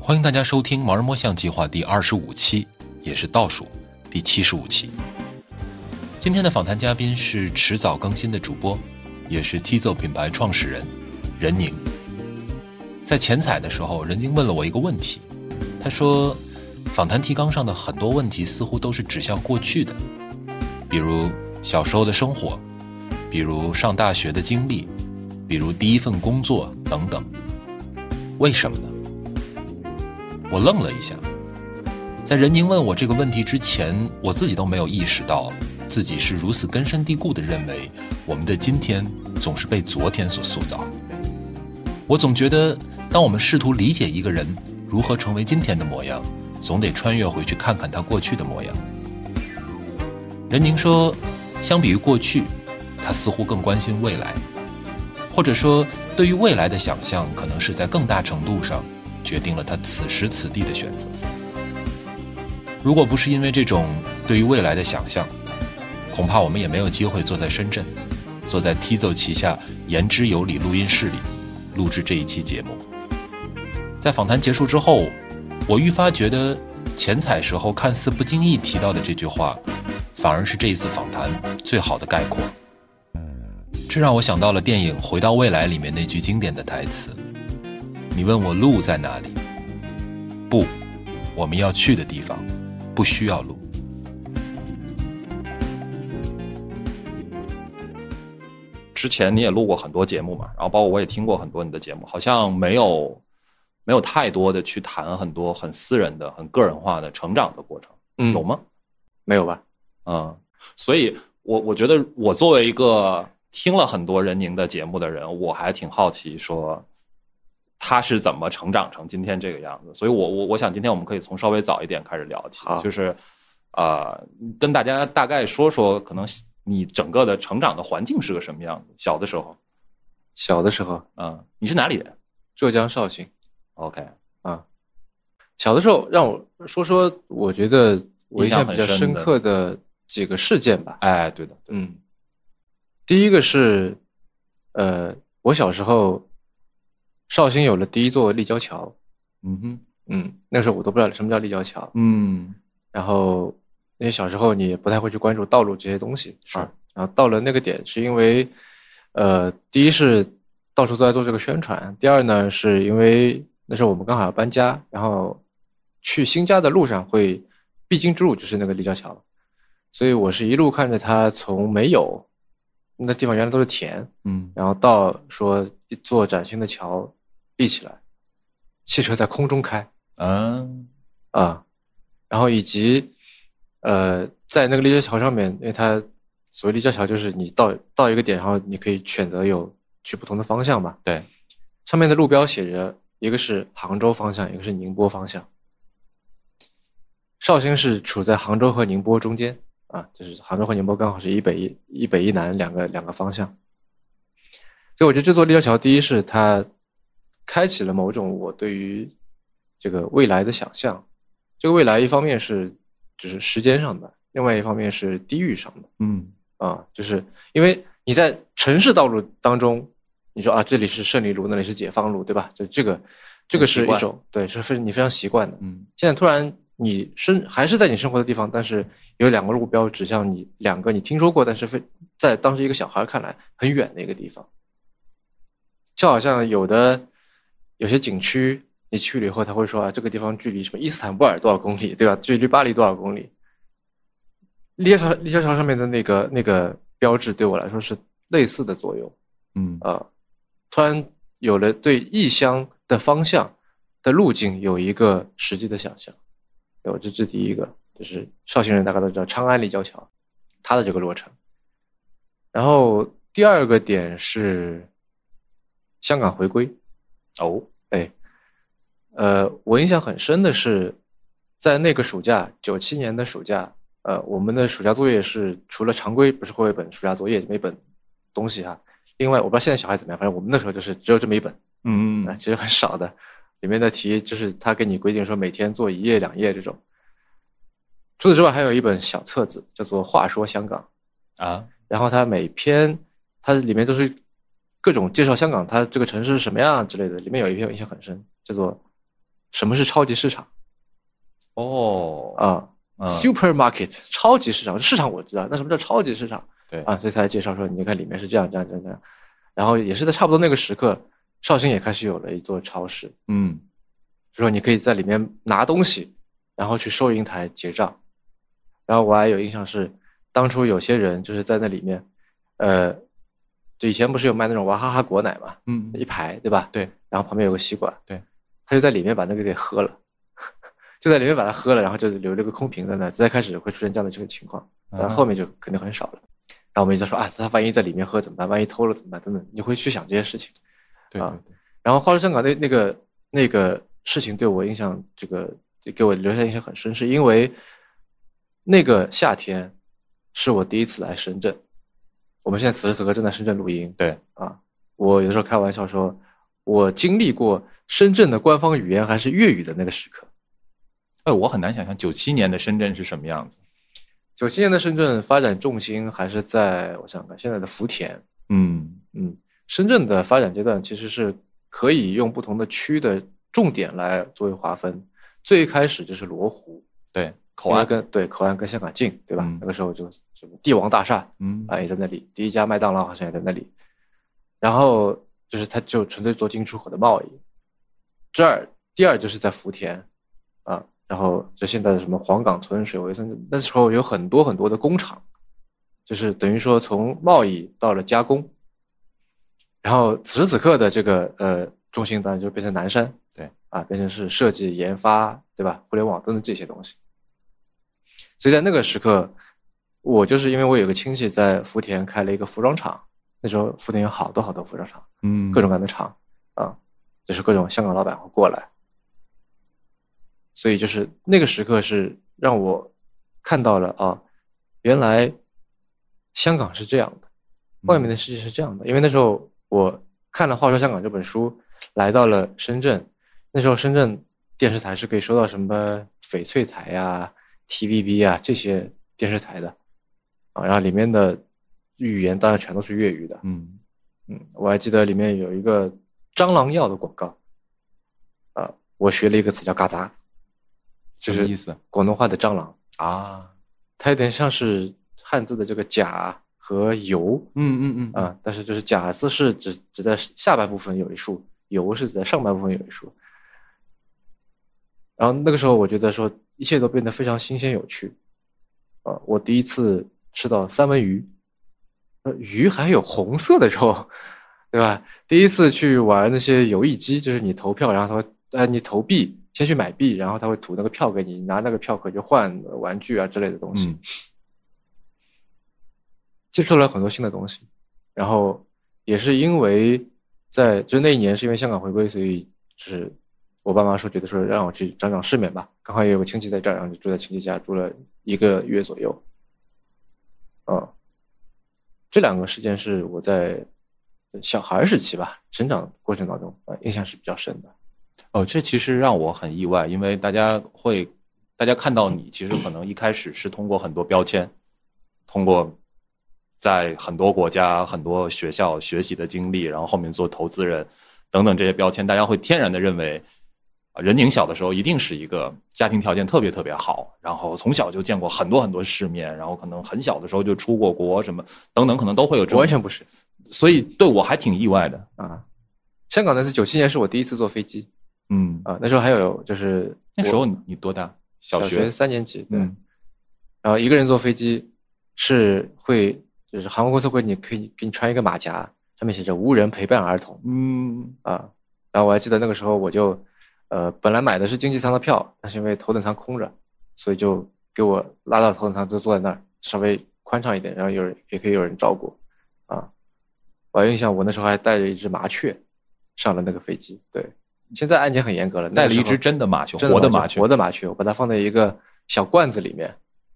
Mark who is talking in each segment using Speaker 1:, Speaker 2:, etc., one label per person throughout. Speaker 1: 欢迎大家收听《毛人摸象计划》第二十五期，也是倒数第七十五期。今天的访谈嘉宾是迟早更新的主播，也是 Tizo 品牌创始人任宁。在前采的时候，任宁问了我一个问题，他说，访谈提纲上的很多问题似乎都是指向过去的，比如小时候的生活，比如上大学的经历，比如第一份工作等等。为什么呢？我愣了一下，在任宁问我这个问题之前，我自己都没有意识到自己是如此根深蒂固地认为，我们的今天总是被昨天所塑造。我总觉得，当我们试图理解一个人如何成为今天的模样，总得穿越回去看看他过去的模样。任宁说，相比于过去，他似乎更关心未来，或者说，对于未来的想象，可能是在更大程度上决定了他此时此地的选择。如果不是因为这种对于未来的想象，恐怕我们也没有机会坐在深圳，坐在 Tizo 旗下言之有理录音室里，录制这一期节目。在访谈结束之后，我愈发觉得前采时候看似不经意提到的这句话，反而是这一次访谈最好的概括。这让我想到了电影《回到未来》里面那句经典的台词：“你问我路在哪里？不，我们要去的地方不需要路。”
Speaker 2: 之前你也录过很多节目嘛，然后包括我也听过很多你的节目，好像没有没有太多的去谈很多很私人的、很个人化的成长的过程，
Speaker 3: 嗯
Speaker 2: 有吗？
Speaker 3: 没有吧？
Speaker 2: 嗯，所以我我觉得我作为一个听了很多任宁的节目的人，我还挺好奇说他是怎么成长成今天这个样子。所以我我我想今天我们可以从稍微早一点开始聊起
Speaker 3: 好，
Speaker 2: 就是呃，跟大家大概说说可能你整个的成长的环境是个什么样子。小的时候，
Speaker 3: 小的时候，
Speaker 2: 嗯，你是哪里人
Speaker 3: 浙江绍兴
Speaker 2: ？OK，
Speaker 3: 啊。小的时候，让我说说，我觉得我
Speaker 2: 印
Speaker 3: 印
Speaker 2: 象
Speaker 3: 象
Speaker 2: 很
Speaker 3: 比较
Speaker 2: 深
Speaker 3: 深
Speaker 2: 的
Speaker 3: 刻的几个事件吧。
Speaker 2: 哎，对的，
Speaker 3: 嗯，第一个是，呃，我小时候，绍兴有了第一座立交桥。
Speaker 2: 嗯哼，
Speaker 3: 嗯，那时候我都不知道什么叫立交桥。
Speaker 2: 嗯
Speaker 3: 然后因为小时候你也不太会去关注道路这些东西，
Speaker 2: 是
Speaker 3: 啊。然后到了那个点，是因为，呃，第一是到处都在做这个宣传，第二呢，是因为那时候我们刚好要搬家，然后去新家的路上会必经之路就是那个立交桥，所以我是一路看着它从没有，那地方原来都是田，
Speaker 2: 嗯，
Speaker 3: 然后到说一座崭新的桥立起来，汽车在空中开。
Speaker 2: 嗯
Speaker 3: 啊，然后以及呃，在那个立交桥上面，因为它所谓立交桥就是你到到一个点，然后你可以选择有去不同的方向嘛。
Speaker 2: 对，
Speaker 3: 上面的路标写着，一个是杭州方向，一个是宁波方向。绍兴是处在杭州和宁波中间啊，就是杭州和宁波刚好是一北一一北一南两个两个方向。所以我觉得这座立交桥，第一是它开启了某种我对于这个未来的想象。这个未来一方面是就是时间上的，另外一方面是地域上的。
Speaker 2: 嗯
Speaker 3: 啊，就是因为你在城市道路当中，你说啊，这里是胜利路，那里是解放路，对吧？就这个，这个
Speaker 2: 习
Speaker 3: 是一
Speaker 2: 惯
Speaker 3: 种对，是非你非常习惯的。
Speaker 2: 嗯
Speaker 3: 现在突然你生还是在你生活的地方，但是有两个路标指向你两个你听说过，但是非在当时一个小孩看来很远的一个地方，就好像有的有些景区你去了以后，他会说啊，这个地方距离什么伊斯坦布尔多少公里，对吧？距离巴黎多少公里？立交桥立交桥上面的那个那个标志对我来说是类似的作用。
Speaker 2: 嗯
Speaker 3: 呃，突然有了对异乡的方向的路径有一个实际的想象。对，我这这第一个，就是绍兴人大概都知道长安立交桥，它的这个落成。然后第二个点是香港回归，
Speaker 2: 哦，
Speaker 3: 哎，呃，我印象很深的是，在那个暑假，九七年的暑假，呃，我们的暑假作业是除了常规不是会有一本暑假作业这么一本东西哈、另外我不知道现在小孩怎么样，反正我们那时候就是只有这么一本，
Speaker 2: 嗯
Speaker 3: 啊，
Speaker 2: 嗯
Speaker 3: 其实很少的。里面的题就是他给你规定说每天做一页两页这种。除此之外，还有一本小册子叫做《话说香港》，
Speaker 2: 啊，
Speaker 3: 然后它每篇它里面都是各种介绍香港它这个城市是什么样之类的，里面有一篇我印象很深，叫做《什么是超级市场
Speaker 1: 哦，
Speaker 3: 啊、
Speaker 1: 嗯
Speaker 3: s u p e r m a r k e t 超级市场，市场我知道，那什么叫超级市场？
Speaker 1: 对
Speaker 3: 啊，所以他才介绍说，你看里面是这样这样这样这样，然后也是在差不多那个时刻，绍兴也开始有了一座超市，
Speaker 1: 嗯
Speaker 3: 就说你可以在里面拿东西，然后去收银台结账。然后我还有印象是，当初有些人就是在那里面，呃，就以前不是有卖那种娃哈哈果奶嘛，
Speaker 1: 嗯
Speaker 3: 一排对吧？
Speaker 1: 对。
Speaker 3: 然后旁边有个吸管，
Speaker 1: 对，
Speaker 3: 他就在里面把那个给喝了， 就在里面把它喝了，然后就留了个空瓶在那。再开始会出现这样的这个情况，
Speaker 1: 啊
Speaker 3: 然
Speaker 1: 嗯
Speaker 3: 后后面就肯定很少了。然后我们一直说啊，他万一在里面喝怎么办？万一偷了怎么办？等等，你会去想这些事情。
Speaker 1: 对
Speaker 3: 啊然后《花车香港那》那个那个事情对我印象，这个给我留下印象很深，是因为那个夏天是我第一次来深圳。我们现在此时此刻正在深圳录音。
Speaker 1: 对
Speaker 3: 啊，我有时候开玩笑说，我经历过深圳的官方语言还是粤语的那个时刻。
Speaker 1: 哎，我很难想象九七年的深圳是什么样子。
Speaker 3: 九七年的深圳发展重心还是在我想想看现在的福田，
Speaker 1: 嗯
Speaker 3: 嗯，深圳的发展阶段其实是可以用不同的区的重点来作为划分。最一开始就是罗湖，
Speaker 1: 对，口
Speaker 3: 因为
Speaker 1: 岸，
Speaker 3: 跟对口岸跟香港近，对吧？
Speaker 1: 嗯
Speaker 3: 那个时候就什么帝王大厦
Speaker 1: 嗯
Speaker 3: 啊也在那里，第一家麦当劳好像也在那里。然后就是它就纯粹做进出口的贸易。这儿第二就是在福田啊，然后就现在的什么黄岗村、水围村，那时候有很多很多的工厂，就是等于说从贸易到了加工。然后此时此刻的这个呃重心当然就变成南山，
Speaker 1: 对
Speaker 3: 啊，变成是设计、研发，对吧？互联网等等这些东西。所以在那个时刻，我就是因为我有个亲戚在福田开了一个服装厂，那时候福田有好多好多服装厂，
Speaker 1: 嗯，
Speaker 3: 各种各样的厂啊、就是各种香港老板会过来。所以就是那个时刻是让我看到了啊，原来香港是这样的，外
Speaker 1: 嗯
Speaker 3: 面的世界是这样的。因为那时候我看了《话说香港》这本书，来到了深圳，那时候深圳电视台是可以收到什么翡翠台啊呀、TVB 啊这些电视台的啊，然后里面的语言当然全都是粤语的，
Speaker 1: 嗯
Speaker 3: 嗯，我还记得里面有一个蟑螂药的广告，啊、我学了一个词叫“嘎杂”，就
Speaker 1: 什么意
Speaker 3: 是
Speaker 1: 思
Speaker 3: 广东话的蟑螂，
Speaker 1: 啊？
Speaker 3: 它有点像是汉字的这个“甲”和“油
Speaker 1: 嗯嗯”
Speaker 3: 啊、但是就是“甲”字是只只在下半部分有一竖，“油”是只在上半部分有一竖。然后那个时候，我觉得说一切都变得非常新鲜有趣，啊、我第一次吃到三文鱼，呃，鱼还有红色的肉，对吧？第一次去玩那些游戏机，就是你投票，然后他会，呃，你投币，先去买币，然后他会吐那个票给你，你拿那个票可以去换玩具啊之类的东西。
Speaker 1: 嗯
Speaker 3: 接触了很多新的东西，然后也是因为在就那一年是因为香港回归，所以就是我爸妈说觉得说让我去长长世面吧，刚好也有个亲戚在这儿，然后就住在亲戚家住了一个月左右，嗯，这两个事件是我在小孩时期吧成长过程当中啊、呃印象是比较深的，
Speaker 1: 哦，这其实让我很意外，因为大家会，大家看到你，其实可能一开始是通过很多标签，通过在很多国家、很多学校学习的经历，然后后面做投资人等等这些标签，大家会天然的认为，啊任宁小的时候一定是一个家庭条件特别特别好，然后从小就见过很多很多世面，然后可能很小的时候就出过国什么等等，可能都会有这
Speaker 3: 我
Speaker 1: 种
Speaker 3: 完全不是
Speaker 1: 所以对我还挺意外的。
Speaker 3: 啊。香港那次九七年是我第一次坐飞机
Speaker 1: 嗯，
Speaker 3: 啊、那时候还有就是
Speaker 1: 那时
Speaker 3: 我
Speaker 1: 候你你多大？小
Speaker 3: 小学三年级，对，
Speaker 1: 嗯
Speaker 3: 然后一个人坐飞机是会，就是航空公司会你可以给你穿一个马甲，上面写着无人陪伴儿童
Speaker 1: 嗯，
Speaker 3: 啊。然后我还记得那个时候我就，呃，本来买的是经济舱的票，但是因为头等舱空着，所以就给我拉到头等舱，就坐在那儿稍微宽敞一点，然后有人也可以有人照顾啊。我还印象我那时候还带着一只麻雀上了那个飞机，对，现在安检很严格了，那
Speaker 1: 带
Speaker 3: 个
Speaker 1: 了一
Speaker 3: 时候
Speaker 1: 只真的麻雀，
Speaker 3: 真
Speaker 1: 活的
Speaker 3: 麻
Speaker 1: 麻雀
Speaker 3: 活。的麻雀，我把它放在一个小罐子里面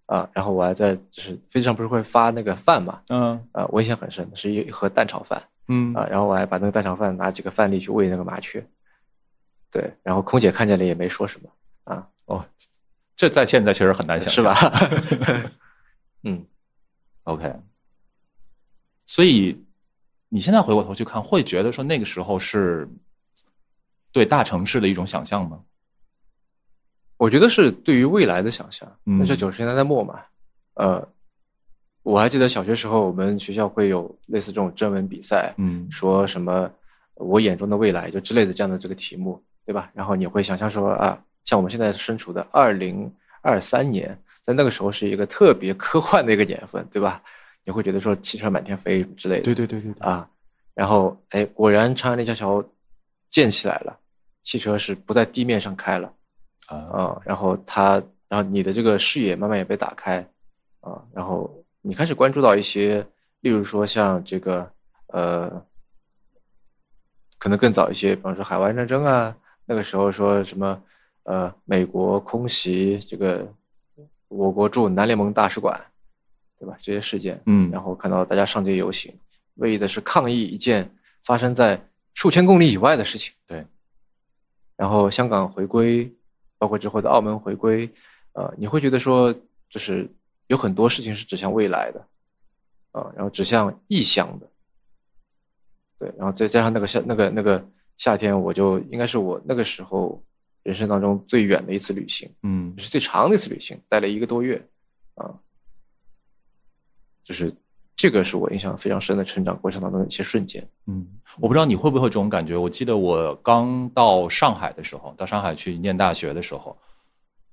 Speaker 3: 啊，然后我还在就是飞机上不是会发那个饭嘛，
Speaker 1: 嗯
Speaker 3: 啊，我印象很深，是一盒蛋炒饭
Speaker 1: 嗯
Speaker 3: 啊，然后我还把那个蛋炒饭拿几个饭粒去喂那个麻雀，对，然后空姐看见了也没说什么，
Speaker 1: 哦这在现在确实很难想象，
Speaker 3: 是吧？嗯，
Speaker 1: ？OK，所以你现在回过头去看，会觉得说那个时候是对大城市的一种想象吗？
Speaker 3: 我觉得是对于未来的想象。
Speaker 1: 嗯
Speaker 3: 那是九十年代末嘛，呃，我还记得小学时候我们学校会有类似这种征文比赛，
Speaker 1: 嗯
Speaker 3: 说什么我眼中的未来就之类的这样的这个题目，对吧？然后你会想象说啊，像我们现在身处的二零二三年，在那个时候是一个特别科幻的一个年份，对吧？你会觉得说汽车满天飞之类的，
Speaker 1: 对对对对，
Speaker 3: 啊，然后哎，果然长安那条桥建起来了，汽车是不在地面上开了
Speaker 1: 啊，
Speaker 3: 啊，然后它，然后你的这个视野慢慢也被打开啊，然后你开始关注到一些，例如说像这个呃，可能更早一些，比方说海湾战争啊，那个时候说什么呃，美国空袭这个我国驻南联盟大使馆，对吧？这些事件，
Speaker 1: 嗯
Speaker 3: 然后看到大家上街游行，为的是抗议一件发生在数千公里以外的事情。
Speaker 1: 对。
Speaker 3: 然后香港回归，包括之后的澳门回归，呃，你会觉得说，就是有很多事情是指向未来的，啊、然后指向意向的。对，然后再加上那个夏那个那个夏天，我就应该是我那个时候人生当中最远的一次旅行。
Speaker 1: 嗯
Speaker 3: 也是最长的一次旅行，待了一个多月，啊，就是这个是我印象非常深的成长过程当中的一些瞬间。
Speaker 1: 嗯，我不知道你会不会这种感觉。我记得我刚到上海的时候，到上海去念大学的时候，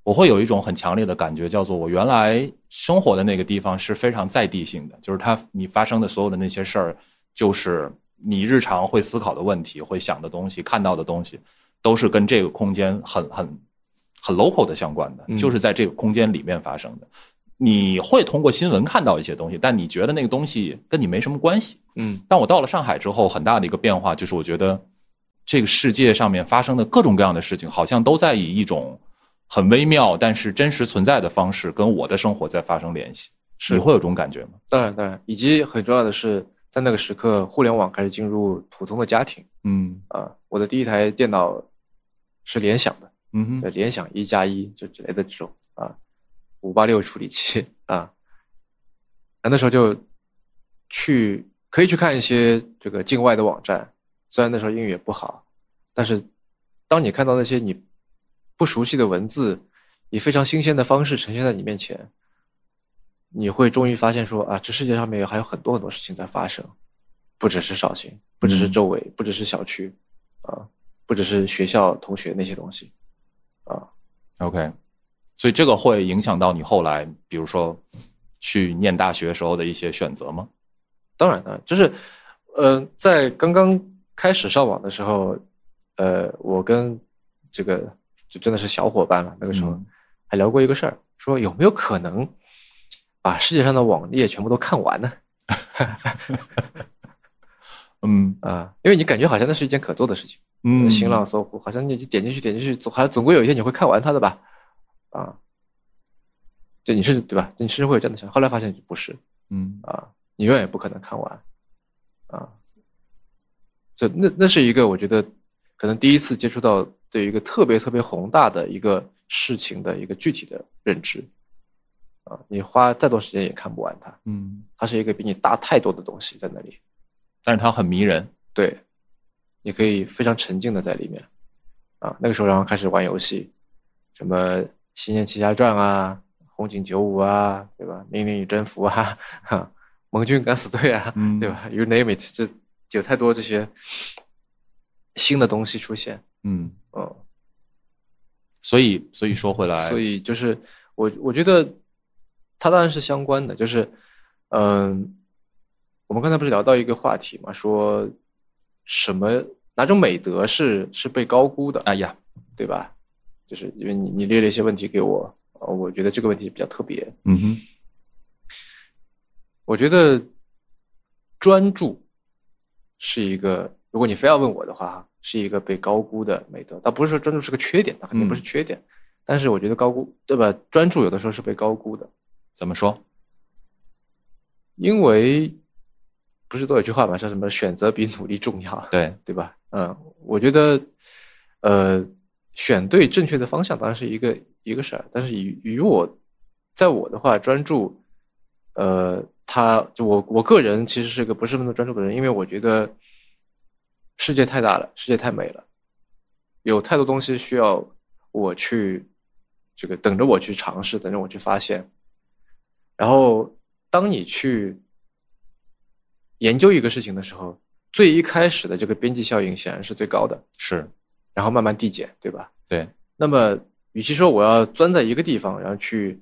Speaker 1: 我会有一种很强烈的感觉，叫做我原来生活的那个地方是非常在地性的，就是它你发生的所有的那些事儿，就是你日常会思考的问题、会想的东西、看到的东西，都是跟这个空间很很很 local 的相关的，
Speaker 3: 嗯
Speaker 1: 就是在这个空间里面发生的。你会通过新闻看到一些东西，但你觉得那个东西跟你没什么关系。
Speaker 3: 嗯
Speaker 1: 但我到了上海之后，很大的一个变化就是，我觉得这个世界上面发生的各种各样的事情，好像都在以一种很微妙但是真实存在的方式，跟我的生活在发生联系。
Speaker 3: 是
Speaker 1: 你会有这种感觉吗？
Speaker 3: 当然，当然，以及很重要的是，在那个时刻，互联网开始进入普通的家庭
Speaker 1: 嗯
Speaker 3: 啊。我的第一台电脑是联想的，
Speaker 1: 嗯
Speaker 3: 对，
Speaker 1: 哼
Speaker 3: 联想一加一就之类的这种啊，五八六处理器啊，那那时候就去可以去看一些这个境外的网站，虽然那时候英语也不好，但是当你看到那些你不熟悉的文字，以非常新鲜的方式呈现在你面前，你会终于发现说啊，这世界上面还有很多很多事情在发生，不只是绍兴，不只是
Speaker 1: 嗯
Speaker 3: 周围，不只是小区，啊，不只是学校同学那些东西。
Speaker 1: ，OK。所以这个会影响到你后来，比如说去念大学时候的一些选择吗？
Speaker 3: 当然了，就是，呃，在刚刚开始上网的时候，呃，我跟这个就真的是小伙伴了，那个时候
Speaker 1: 嗯
Speaker 3: 还聊过一个事儿，说有没有可能把世界上的网页全部都看完呢？
Speaker 1: 嗯
Speaker 3: 啊、因为你感觉好像那是一件可做的事情，
Speaker 1: 嗯，
Speaker 3: 新浪、搜狐，好像你点进去点进去，总好像总归有一天你会看完它的吧？啊，对，你是对吧？你是会有这样的想法，后来发现不是，
Speaker 1: 嗯，
Speaker 3: 啊，你永远也不可能看完啊。这那那是一个我觉得可能第一次接触到对一个特别特别宏大的一个事情的一个具体的认知啊，你花再多时间也看不完它，
Speaker 1: 嗯，
Speaker 3: 它是一个比你大太多的东西在那里，
Speaker 1: 但是它很迷人。
Speaker 3: 对，你可以非常沉浸的在里面啊。那个时候，然后开始玩游戏，什么《仙剑奇侠传》啊，《红警九五》啊，对吧？《命令与征服》啊，哈，盟军敢死队啊，
Speaker 1: 嗯
Speaker 3: 对吧？You name it，这有太多这些新的东西出现，
Speaker 1: 嗯，
Speaker 3: 嗯，
Speaker 1: 所以所以说回来，
Speaker 3: 所以就是我我觉得它当然是相关的，就是嗯，我们刚才不是聊到一个话题嘛，说什么哪种美德是是被高估的，
Speaker 1: 哎呀，
Speaker 3: 对吧？就是因为你你列了一些问题给我，呃，我觉得这个问题比较特别，
Speaker 1: 嗯哼，
Speaker 3: 我觉得专注是一个，如果你非要问我的话，是一个被高估的美德。倒不是说专注是个缺点，它肯定不是缺点，但是我觉得高估，对吧？专注有的时候是被高估的，
Speaker 1: 怎么说？
Speaker 3: 因为不是都有句话嘛，说什么选择比努力重要，
Speaker 1: 对，
Speaker 3: 对吧？嗯，我觉得，呃，选对正确的方向当然是一个一个事儿，但是与与我，在我的话，专注，呃，他就我我个人其实是个不是那么专注的人，因为我觉得世界太大了，世界太美了，有太多东西需要我去这个等着我去尝试，等着我去发现。然后，当你去研究一个事情的时候，最一开始的这个边际效应显然是最高的，
Speaker 1: 是
Speaker 3: 然后慢慢递减，对吧？
Speaker 1: 对。
Speaker 3: 那么，与其说我要钻在一个地方，然后去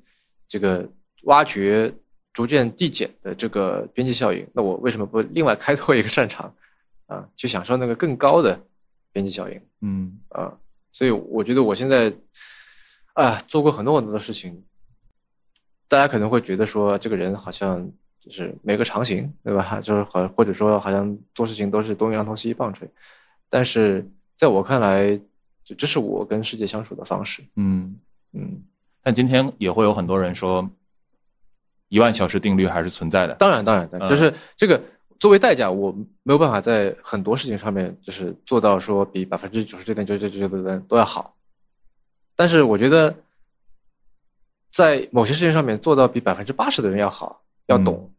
Speaker 3: 这个挖掘逐渐递减的这个边际效应，那我为什么不另外开拓一个战场啊，去享受那个更高的边际效应？
Speaker 1: 嗯
Speaker 3: 啊，所以我觉得我现在啊做过很多很多的事情，大家可能会觉得说这个人好像就是没个常情，对吧？ 就是好或者说好像做事情都是东一榔头西一棒槌，但是在我看来，就这是我跟世界相处的方式。
Speaker 1: 嗯。
Speaker 3: 嗯，
Speaker 1: 但今天也会有很多人说，一万小时定律还是存在的。
Speaker 3: 当然当然，当然，就
Speaker 1: 嗯
Speaker 3: 是这个作为代价，我没有办法在很多事情上面就是做到说比百分之九十九点九九九九的人都要好，但是我觉得在某些事情上面做到比百分之八十的人要好，要懂，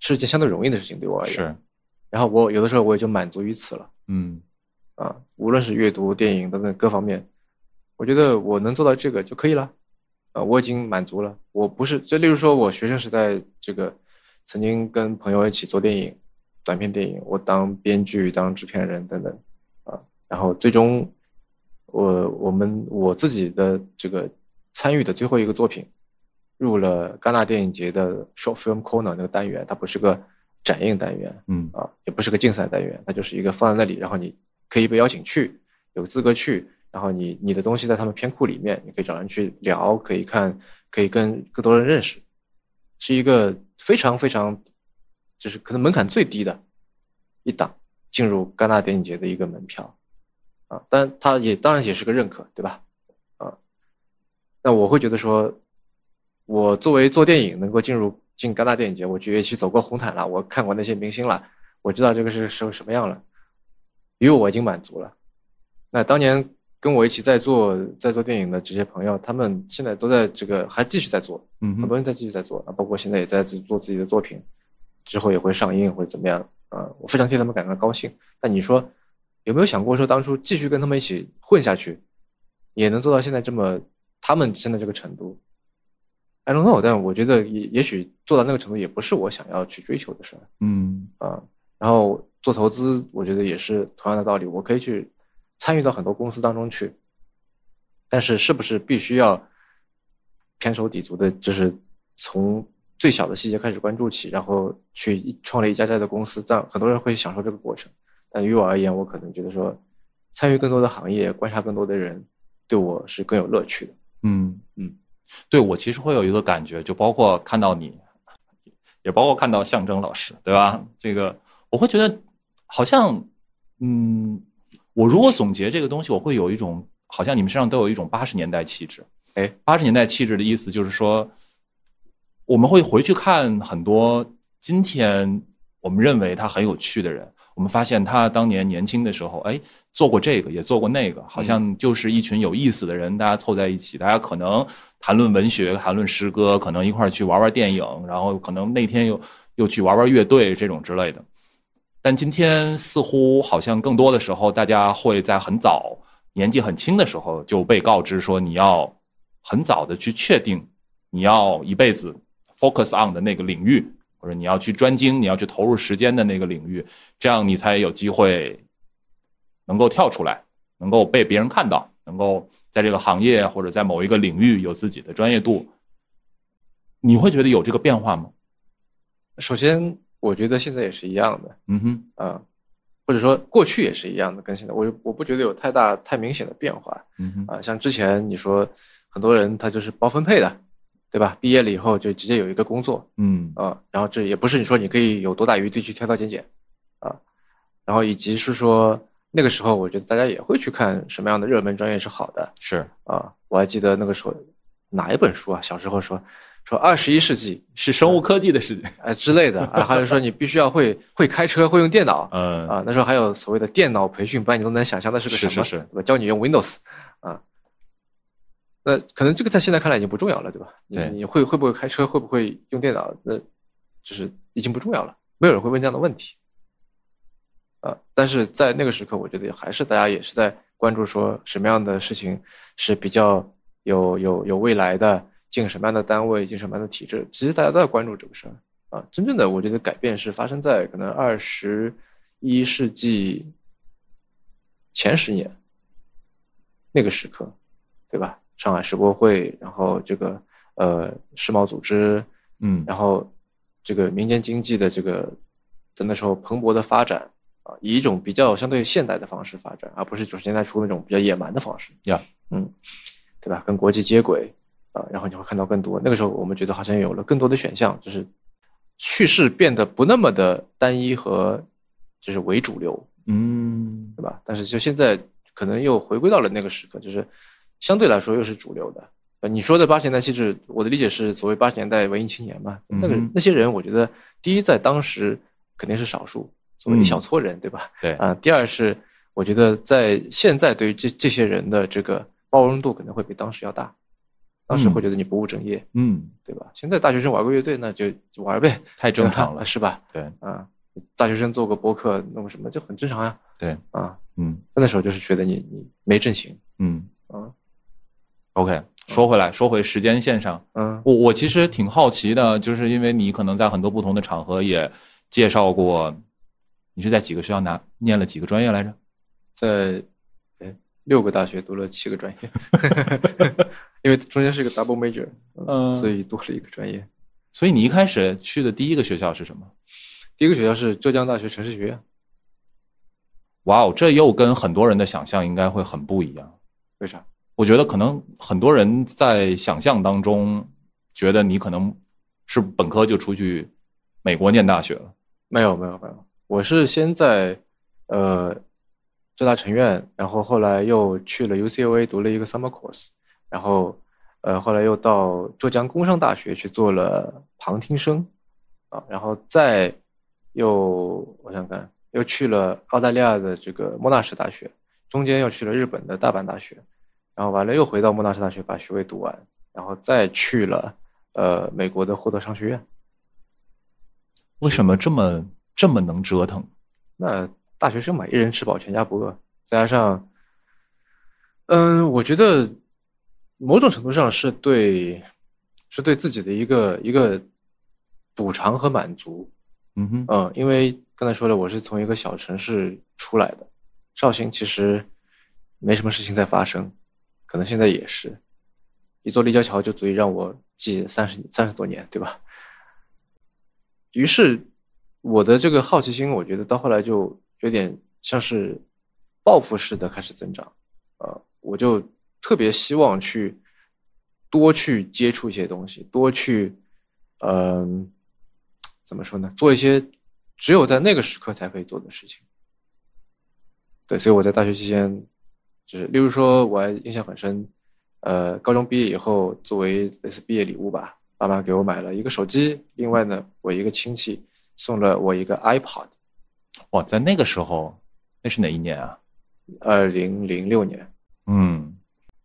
Speaker 3: 是一件相对容易的事情对我而言。
Speaker 1: 嗯是，
Speaker 3: 然后我有的时候我也就满足于此了
Speaker 1: 嗯
Speaker 3: 啊，无论是阅读、电影等等各方面，我觉得我能做到这个就可以了。啊，我已经满足了。我不是，就例如说，我学生时代这个曾经跟朋友一起做电影，短片电影，我当编剧、当制片人等等，啊，然后最终我我们我自己的这个参与的最后一个作品入了戛纳电影节的 Short Film Corner 那个单元，它不是个展映单元，
Speaker 1: 嗯
Speaker 3: 啊，也不是个竞赛单元，它就是一个放在那里，然后你可以被邀请去，有资格去，然后你你的东西在他们片库里面，你可以找人去聊，可以看，可以跟更多人认识，是一个非常非常，就是可能门槛最低的一档进入戛纳电影节的一个门票，啊，但它也当然也是个认可，对吧？啊，那我会觉得说，我作为做电影能够进入进戛纳电影节，我就也去走过红毯了，我看过那些明星了，我知道这个是什什么样了，因为我已经满足了。那当年跟我一起在做在做电影的这些朋友，他们现在都在这个还继续在做，
Speaker 1: 嗯
Speaker 3: 很
Speaker 1: 哼
Speaker 3: 多人在继续在做，啊，包括现在也在自己做自己的作品，之后也会上映或者怎么样啊，我非常替他们感到高兴。但你说有没有想过说，当初继续跟他们一起混下去，也能做到现在这么他们现在这个程度？I don't know，但我觉得也也许做到那个程度也不是我想要去追求的事儿。
Speaker 1: 嗯
Speaker 3: 啊，然后做投资，我觉得也是同样的道理，我可以去参与到很多公司当中去，但是是不是必须要偏手底足的，就是从最小的细节开始关注起，然后去一创立一家家的公司，但很多人会享受这个过程，但于我而言，我可能觉得说，参与更多的行业，观察更多的人，对我是更有乐趣的。
Speaker 1: 嗯
Speaker 3: 嗯，
Speaker 1: 对我其实会有一个感觉，就包括看到你，也包括看到象征老师，对吧？这个我会觉得好像，嗯，我如果总结这个东西，我会有一种好像你们身上都有一种八十年代气质。
Speaker 3: 哎，
Speaker 1: 八十年代气质的意思就是说，我们会回去看很多今天我们认为他很有趣的人，我们发现他当年年轻的时候，哎，做过这个，也做过那个，好像就是一群有意思的人，大家凑在一起，大家可能谈论文学，谈论诗歌，可能一块儿去玩玩电影，然后可能那天又又去玩玩乐队这种之类的。但今天似乎好像更多的时候，大家会在很早、年纪很轻的时候就被告知说，你要很早的去确定你要一辈子 focus on 的那个领域，或者你要去专精，你要去投入时间的那个领域，这样你才有机会能够跳出来，能够被别人看到，能够在这个行业或者在某一个领域有自己的专业度。你会觉得有这个变化吗？
Speaker 3: 首先，我觉得现在也是一样的，
Speaker 1: 嗯哼，
Speaker 3: 啊，或者说过去也是一样的，跟现在我我不觉得有太大太明显的变化
Speaker 1: 嗯哼，
Speaker 3: 啊。像之前你说很多人他就是包分配的，对吧？毕业了以后就直接有一个工作
Speaker 1: 嗯
Speaker 3: 啊，然后这也不是你说你可以有多大余地去挑挑拣拣啊，然后以及是说那个时候我觉得大家也会去看什么样的热门专业是好的，
Speaker 1: 是
Speaker 3: 啊，我还记得那个时候哪一本书啊，小时候说说二十一世纪
Speaker 1: 是生物科技的事情。
Speaker 3: 啊之类的，啊，还有说你必须要会会开车，会用电脑，
Speaker 1: 嗯
Speaker 3: 啊，那时候还有所谓的电脑培训班，你都能想象那是个什
Speaker 1: 是
Speaker 3: 么，
Speaker 1: 是是
Speaker 3: 对吧？教你用 Windows 啊，那可能这个在现在看来已经不重要了，对吧？你
Speaker 1: 对
Speaker 3: 你会会不会开车，会不会用电脑，那就是已经不重要了，没有人会问这样的问题啊。但是在那个时刻，我觉得还是大家也是在关注说什么样的事情是比较有有有有未来的，进什么样的单位，进什么样的体制，其实大家都在关注这个事儿啊。真正的我觉得改变是发生在可能二十一世纪前十年那个时刻，对吧？上海世博会，然后这个呃世贸组织，
Speaker 1: 嗯
Speaker 3: 然后这个民间经济的这个在那时候蓬勃的发展啊，以一种比较相对现代的方式发展，而不是九十年代初那种比较野蛮的方式。
Speaker 1: 呀
Speaker 3: 嗯，对吧？跟国际接轨啊，然后你会看到更多。那个时候我们觉得好像有了更多的选项，就是叙事变得不那么的单一和就是为主流，
Speaker 1: 嗯
Speaker 3: 对吧？但是就现在可能又回归到了那个时刻，就是相对来说又是主流的。呃，你说的八十年代气质，我的理解是所谓八十年代文艺青年嘛，那个
Speaker 1: 嗯哼
Speaker 3: 那些人，我觉得第一在当时肯定是少数，所谓一小撮人，对吧？
Speaker 1: 嗯对
Speaker 3: 啊、第二是我觉得在现在对于这这些人的这个包容度可能会比当时要大，当时会觉得你不务正业，
Speaker 1: 嗯，
Speaker 3: 对吧？现在大学生玩个乐队那就就玩呗，
Speaker 1: 太正
Speaker 3: ，
Speaker 1: 常 了
Speaker 3: 是吧？
Speaker 1: 对，
Speaker 3: 啊、大学生做个播客弄个什么就很正常呀、
Speaker 1: 对，
Speaker 3: 啊、
Speaker 1: 嗯
Speaker 3: 在那时候就是觉得你你没正形，
Speaker 1: 嗯
Speaker 3: 啊
Speaker 1: OK，说回来，说回时间线上，
Speaker 3: 嗯
Speaker 1: 我我其实挺好奇的，就是因为你可能在很多不同的场合也介绍过，你是在几个学校拿念了几个专业来着？
Speaker 3: 在哎六个大学读了七个专业， 因为中间是一个 double major，
Speaker 1: 嗯
Speaker 3: 所以多了一个专业。
Speaker 1: 所以你一开始去的第一个学校是什么？
Speaker 3: 第一个学校是浙江大学城市学院，
Speaker 1: 哇哦，这又跟很多人的想象应该会很不一样。
Speaker 3: 为啥？
Speaker 1: 我觉得可能很多人在想象当中，觉得你可能是本科就出去美国念大学了。
Speaker 3: 没有没有没有，我是先在呃浙大城院，然后后来又去了 UCLA 读了一个 summer course，然后呃后来又到浙江工商大学去做了旁听生啊，然后再又我想看又去了澳大利亚的这个莫纳什大学，中间又去了日本的大阪大学，然后完了又回到莫纳什大学把学位读完，然后再去了呃美国的霍德商学院。
Speaker 1: 为什么这么这么能折腾？
Speaker 3: 那大学生嘛，一人吃饱全家不饿，再加上，嗯，我觉得某种程度上是对，是对自己的一个一个补偿和满足。
Speaker 1: 嗯哼，
Speaker 3: 嗯，因为刚才说了，我是从一个小城市出来的，绍兴其实没什么事情在发生，可能现在也是，一座立交桥就足以让我记三十三十多年，对吧？于是我的这个好奇心，我觉得到后来就有点像是报复式的开始增长，呃，我就特别希望去多去接触一些东西，多去，嗯、怎么说呢？做一些只有在那个时刻才可以做的事情。对，所以我在大学期间，就是例如说，我还印象很深，呃，高中毕业以后，作为类似毕业礼物吧，爸妈给我买了一个手机，另外呢，我一个亲戚送了我一个 iPod。
Speaker 1: 哇，在那个时候，那是哪一年啊？
Speaker 3: 二零零六年
Speaker 1: 嗯，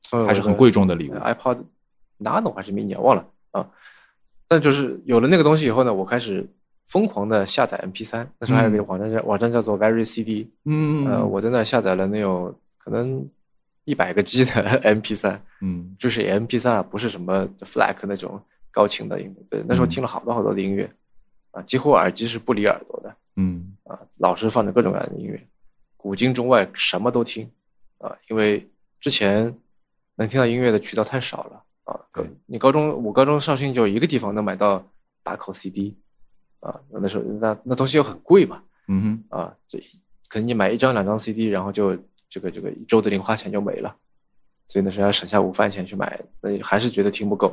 Speaker 3: 送了我
Speaker 1: 还是
Speaker 3: 一
Speaker 1: 很
Speaker 3: 个
Speaker 1: 贵重的礼物。
Speaker 3: 呃 iPod Nano 还是 Mini 啊忘了啊。但就是有了那个东西以后呢，我开始疯狂的下载 MP3，那时候还有一个网站叫、网站叫做 Very CD，
Speaker 1: 嗯
Speaker 3: 呃，我在那下载了能有可能一百个 G 的 MP3，
Speaker 1: 嗯
Speaker 3: 就是 MP3 啊不是什么 FLAC 那种高清的音乐，对，那时候
Speaker 1: 嗯
Speaker 3: 听了好多好多的音乐，啊，几乎耳机是不离耳朵的。
Speaker 1: 嗯
Speaker 3: 啊，老是放着各种各样的音乐，古今中外什么都听啊，因为之前能听到音乐的渠道太少了啊。
Speaker 1: 对
Speaker 3: 你高中我高中绍兴就一个地方能买到打口 CD 啊，那时候那那东西又很贵嘛
Speaker 1: 嗯哼，
Speaker 3: 啊，这可能你买一张两张 CD，然后就这个这个一周的零花钱就没了，所以那时候要省下午饭钱去买，那还是觉得听不够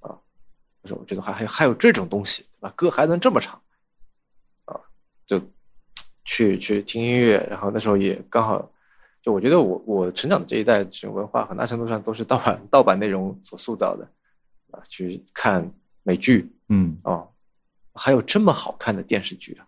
Speaker 3: 啊。那时候我觉得还还还有这种东西，对吧？歌还能这么长。就去去听音乐，然后那时候也刚好，就我觉得我我成长的这一代这种文化，很大程度上都是盗版 盗版内容所塑造的，啊，去看美剧
Speaker 1: 嗯，
Speaker 3: 啊、哦，还有这么好看的电视剧啊！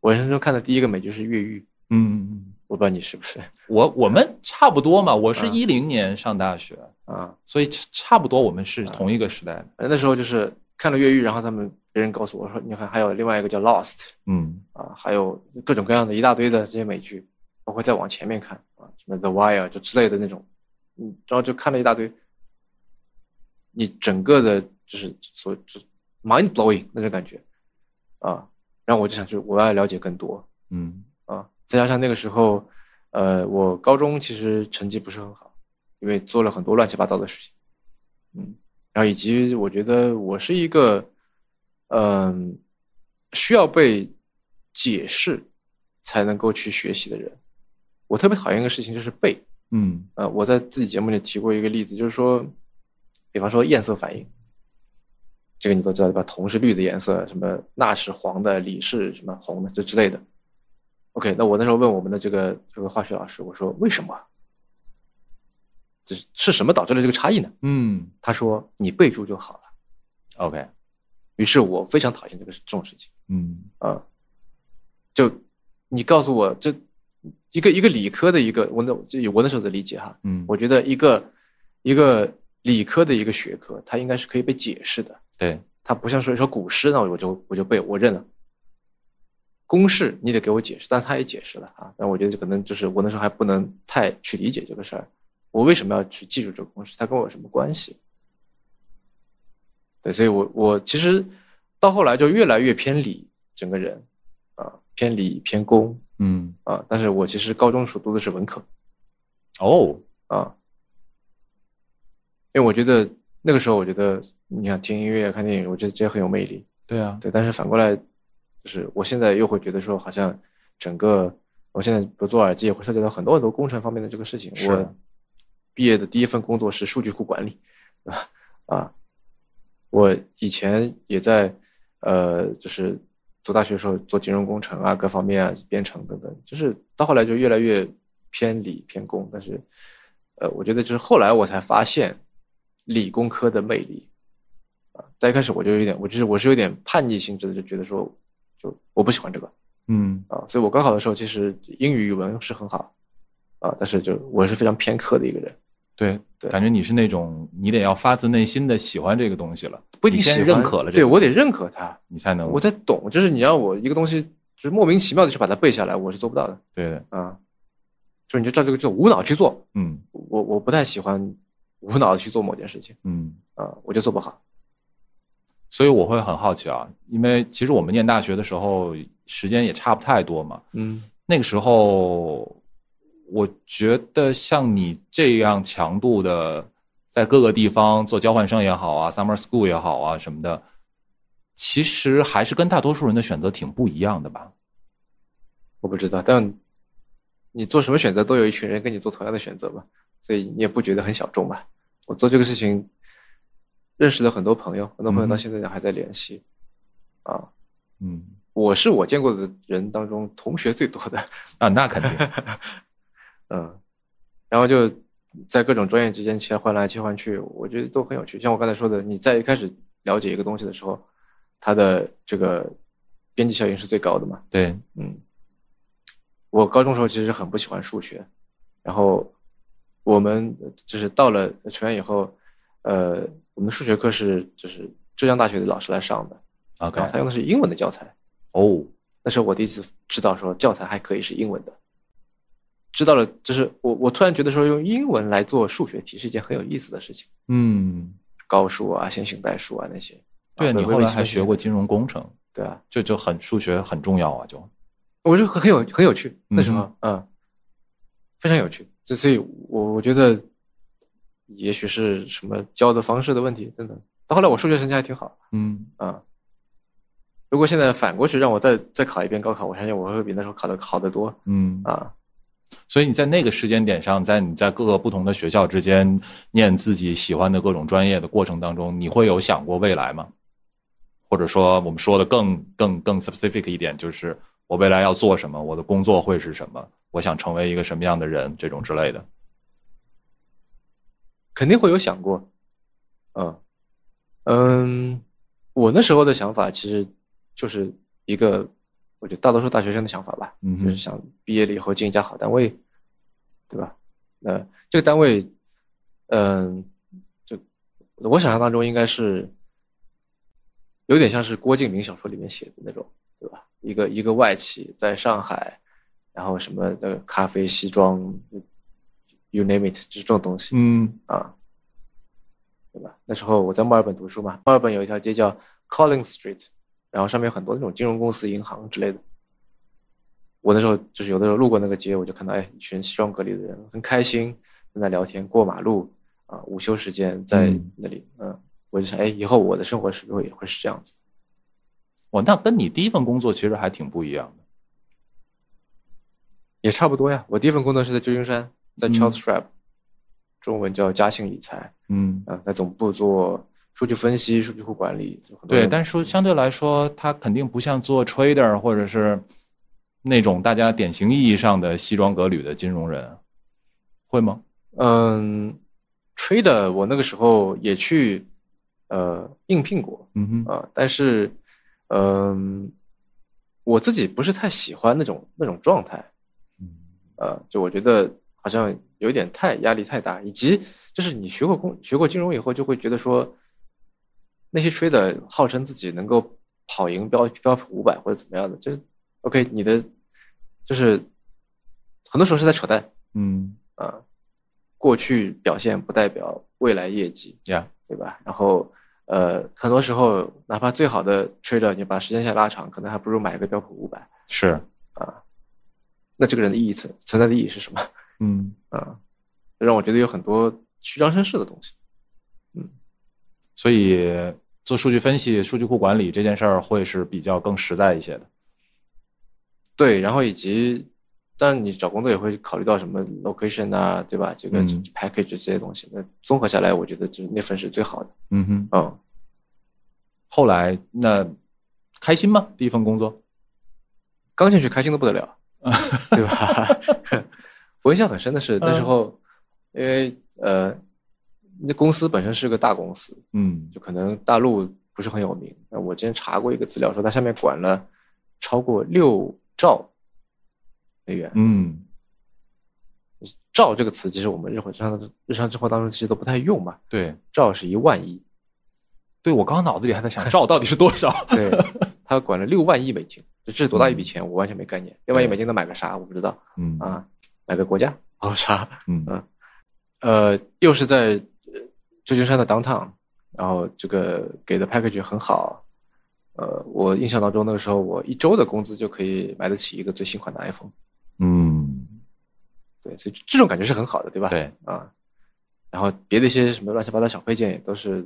Speaker 3: 我人生中看的第一个美剧是《越狱》，
Speaker 1: 嗯嗯，
Speaker 3: 我不知道你是不是
Speaker 1: 我我们差不多嘛，我是
Speaker 3: 呃嗯
Speaker 1: 一零年上大学，
Speaker 3: 啊？呃
Speaker 1: 所以差差不多我们是同一个时代的。
Speaker 3: 反正那时候就是看了《越狱》，然后他们别人告诉我说，你看还有另外一个叫《Lost》，
Speaker 1: 嗯
Speaker 3: 啊，还有各种各样的一大堆的这些美剧，包括再往前面看啊，什么《The Wire》就之类的那种，嗯，然后就看了一大堆，你整个的就是所就 mind blowing 那种感觉啊。然后我就想去，我要了解更多
Speaker 1: 嗯
Speaker 3: 啊。再加上那个时候，呃，我高中其实成绩不是很好，因为做了很多乱七八糟的事情，嗯。然后以及我觉得我是一个，嗯、需要被解释才能够去学习的人。我特别讨厌一个事情就是背，
Speaker 1: 嗯
Speaker 3: 呃，我在自己节目里提过一个例子，就是说，比方说厌色反应，这个你都知道对吧？铜是绿的颜色，什么钠是黄的，锂是什么红的，这之类的。OK，那我那时候问我们的这个这个化学老师，我说为什么？这是是什么导致了这个差异呢？
Speaker 1: 嗯
Speaker 3: 他说你备注就好了。
Speaker 1: ，OK，
Speaker 3: 于是我非常讨厌这个这种事情
Speaker 1: 嗯
Speaker 3: 啊、就你告诉我这一个一个理科的一个，我那就我那时候的理解哈，
Speaker 1: 嗯，
Speaker 3: 我觉得一个一个理科的一个学科，它应该是可以被解释的。
Speaker 1: 对，
Speaker 3: 它不像说一首古诗，那我就我就背我认了。公式你得给我解释，但他也解释了啊。但我觉得这可能就是我那时候还不能太去理解这个事儿，我为什么要去记住这个公式？它跟我有什么关系？对，所以我我其实到后来就越来越偏理整个人啊，偏理偏工
Speaker 1: 嗯
Speaker 3: 啊。但是我其实高中的时候读的是文科，
Speaker 1: 哦，
Speaker 3: 啊，因为我觉得那个时候，我觉得你想听音乐、看电影，我觉得这些很有魅力。
Speaker 1: 对啊，
Speaker 3: 对，但是反过来，就是我现在又会觉得说，好像整个我现在比如做耳机，也会涉及到很多很多工程方面的这个事情。
Speaker 1: 是
Speaker 3: 我毕业的第一份工作是数据库管理，啊啊，我以前也在呃，就是读大学的时候做金融工程啊，各方面啊，编程等等，就是到后来就越来越偏理偏工，但是呃，我觉得就是后来我才发现理工科的魅力。啊，在一开始我就有点，我就是我是有点叛逆性质的，就觉得说，就我不喜欢这个
Speaker 1: 嗯
Speaker 3: 啊，所以我高考的时候其实英语语文是很好啊，但是就我是非常偏科的一个人，
Speaker 1: 对，
Speaker 3: 对
Speaker 1: 感觉你是那种你得要发自内心的喜欢这个东西了，
Speaker 3: 不一定
Speaker 1: 你先
Speaker 3: 喜欢
Speaker 1: 认可了这
Speaker 3: 对
Speaker 1: 个，嗯
Speaker 3: 我得认可它，
Speaker 1: 你才能
Speaker 3: 我才懂，就是你让我一个东西就是莫名其妙的去把它背下来，我是做不到的
Speaker 1: 对的，
Speaker 3: 啊，就你就照这个做无脑去做，
Speaker 1: 嗯
Speaker 3: 我我不太喜欢无脑的去做某件事情
Speaker 1: 嗯。
Speaker 3: 啊，我就做不好，
Speaker 1: 所以我会很好奇啊，因为其实我们念大学的时候时间也差不太多嘛。
Speaker 3: 嗯
Speaker 1: 那个时候，我觉得像你这样强度的，在各个地方做交换生也好啊，summer school 也好啊什么的，其实还是跟大多数人的选择挺不一样的吧？
Speaker 3: 我不知道，但你做什么选择都有一群人跟你做同样的选择吧，所以你也不觉得很小众吧？我做这个事情，认识了很多朋友，很多朋友
Speaker 1: 嗯
Speaker 3: 到现在还在联系。啊，
Speaker 1: 嗯，
Speaker 3: 我是我见过的人当中同学最多的，
Speaker 1: 啊，那肯 定，
Speaker 3: 嗯，然后就在各种专业之间切换来切换去，我觉得都很有趣。像我刚才说的，你在一开始了解一个东西的时候，它的这个边际效应是最高的嘛，
Speaker 1: 对，
Speaker 3: 嗯，我高中时候其实很不喜欢数学，然后我们就是到了成员以后，呃，我们的数学课是就是浙江大学的老师来上的，
Speaker 1: ，OK，
Speaker 3: 然后他用的是英文的教材。
Speaker 1: 啊哦，
Speaker 3: 那时候我第一次知道说教材还可以是英文的，知道了就是我我突然觉得说用英文来做数学题是一件很有意思的事情，
Speaker 1: 嗯，
Speaker 3: 高数啊、线性代数啊那些。
Speaker 1: 对，
Speaker 3: 啊
Speaker 1: 你
Speaker 3: 微
Speaker 1: 后来
Speaker 3: 微
Speaker 1: 还
Speaker 3: 分
Speaker 1: 学过金融工程，
Speaker 3: 对啊，
Speaker 1: 这就很数学很重要啊，就，
Speaker 3: 我觉得很很有很有趣，那时候
Speaker 1: 嗯
Speaker 3: 嗯非常有趣。这所以我，我觉得也许是什么教的方式的问题等等。到后来我数学成绩还挺好
Speaker 1: 嗯，
Speaker 3: 啊、嗯如果现在反过去让我再再考一遍高考，我相信我会比那时候考的好得多
Speaker 1: 嗯
Speaker 3: 啊。
Speaker 1: 所以你在那个时间点上，在你在各个不同的学校之间念自己喜欢的各种专业的过程当中，你会有想过未来吗？或者说，我们说的更更更 specific 一点，就是我未来要做什么，我的工作会是什么，我想成为一个什么样的人，这种之类的。
Speaker 3: 肯定会有想过，嗯嗯，我那时候的想法其实就是一个，我觉得大多数大学生的想法吧，
Speaker 1: 嗯哼
Speaker 3: 就是想毕业了以后进一家好单位，对吧？那这个单位，嗯，就我想象当中应该是有点像是郭敬明小说里面写的那种，对吧？一个一个外企在上海，然后什么的咖啡、西装，you name it，就是这种东西，
Speaker 1: 嗯
Speaker 3: 啊，对吧？那时候我在墨尔本读书嘛，墨尔本有一条街叫 Collins Street，然后上面有很多那种金融公司、银行之类的。我那时候就是有的时候路过那个街，我就看到哎，一群西装革履的人很开心，正在聊天，过马路啊，午休时间在
Speaker 4: 嗯
Speaker 3: 那里，嗯我就想哎，以后我的生活是不是也会是这样子？
Speaker 1: 我那跟你第一份工作其实还挺不一样的。
Speaker 3: 也差不多呀。我第一份工作是在旧金山，在
Speaker 1: 嗯
Speaker 3: Charles Schwab，、中文叫嘉信理财
Speaker 1: 嗯，
Speaker 3: 啊、在总部做数据分析、数据库管理，就很多
Speaker 1: 对，
Speaker 3: 人
Speaker 1: 但是说相对来说，它肯定不像做 trader 或者是那种大家典型意义上的西装革履的金融人，会吗？
Speaker 3: 嗯，trader，我那个时候也去呃应聘过
Speaker 1: 嗯哼，
Speaker 3: 啊、但是嗯、我自己不是太喜欢那种那种状态，呃，就我觉得好像有点太压力太大，以及就是你学过工学过金融以后，就会觉得说那些 trader 号称自己能够跑赢标标普五百或者怎么样的，就是 OK，你的就是很多时候是在扯淡。
Speaker 1: 嗯
Speaker 3: 啊，过去表现不代表未来业绩，
Speaker 1: 呀
Speaker 3: 对吧？然后呃，很多时候哪怕最好的 trader，你把时间线拉长，可能还不如买一个标普五百
Speaker 1: 是，
Speaker 3: 啊。那这个人的意义存存在的意义是什么
Speaker 1: 嗯，
Speaker 3: 啊？让我觉得有很多虚张声势的东西。
Speaker 1: 所以做数据分析、数据库管理这件事儿会是比较更实在一些的。
Speaker 3: 对，然后以及，当然你找工作也会考虑到什么 location 啊，对吧？这个
Speaker 1: 嗯
Speaker 3: package 这些东西，那综合下来，我觉得就是那份是最好的。
Speaker 1: 嗯哼，
Speaker 3: 嗯，
Speaker 1: 后来那开心吗？第一份工作？
Speaker 3: 刚进去开心的不得了，对吧？ 我印象很深的是那时候，因为呃，那公司本身是个大公司，
Speaker 1: 嗯
Speaker 3: 就可能大陆不是很有名。那我之前查过一个资料，说它下面管了超过六兆美元。
Speaker 1: 嗯
Speaker 3: 兆这个词，其实我们日常上日常生活当中其实都不太用嘛。
Speaker 1: 对
Speaker 3: 兆是一万亿，
Speaker 1: 对，我刚刚脑子里还在想，兆到底是多少？
Speaker 3: 对，它管了六万亿美金，这这是多大一笔钱？我完全没概念。六万亿美金能买个啥？我不知道
Speaker 1: 嗯
Speaker 3: 啊，买个国家？好啥？
Speaker 1: 嗯
Speaker 3: 呃，又是在呃旧金山的 downtown，然后这个给的 package 很好，呃，我印象当中那个时候我一周的工资就可以买得起一个最新款的 iPhone，
Speaker 1: 嗯，
Speaker 3: 对，所以这种感觉是很好的，对吧？
Speaker 1: 对，
Speaker 3: 啊，然后别的一些什么乱七八糟小配件也都是，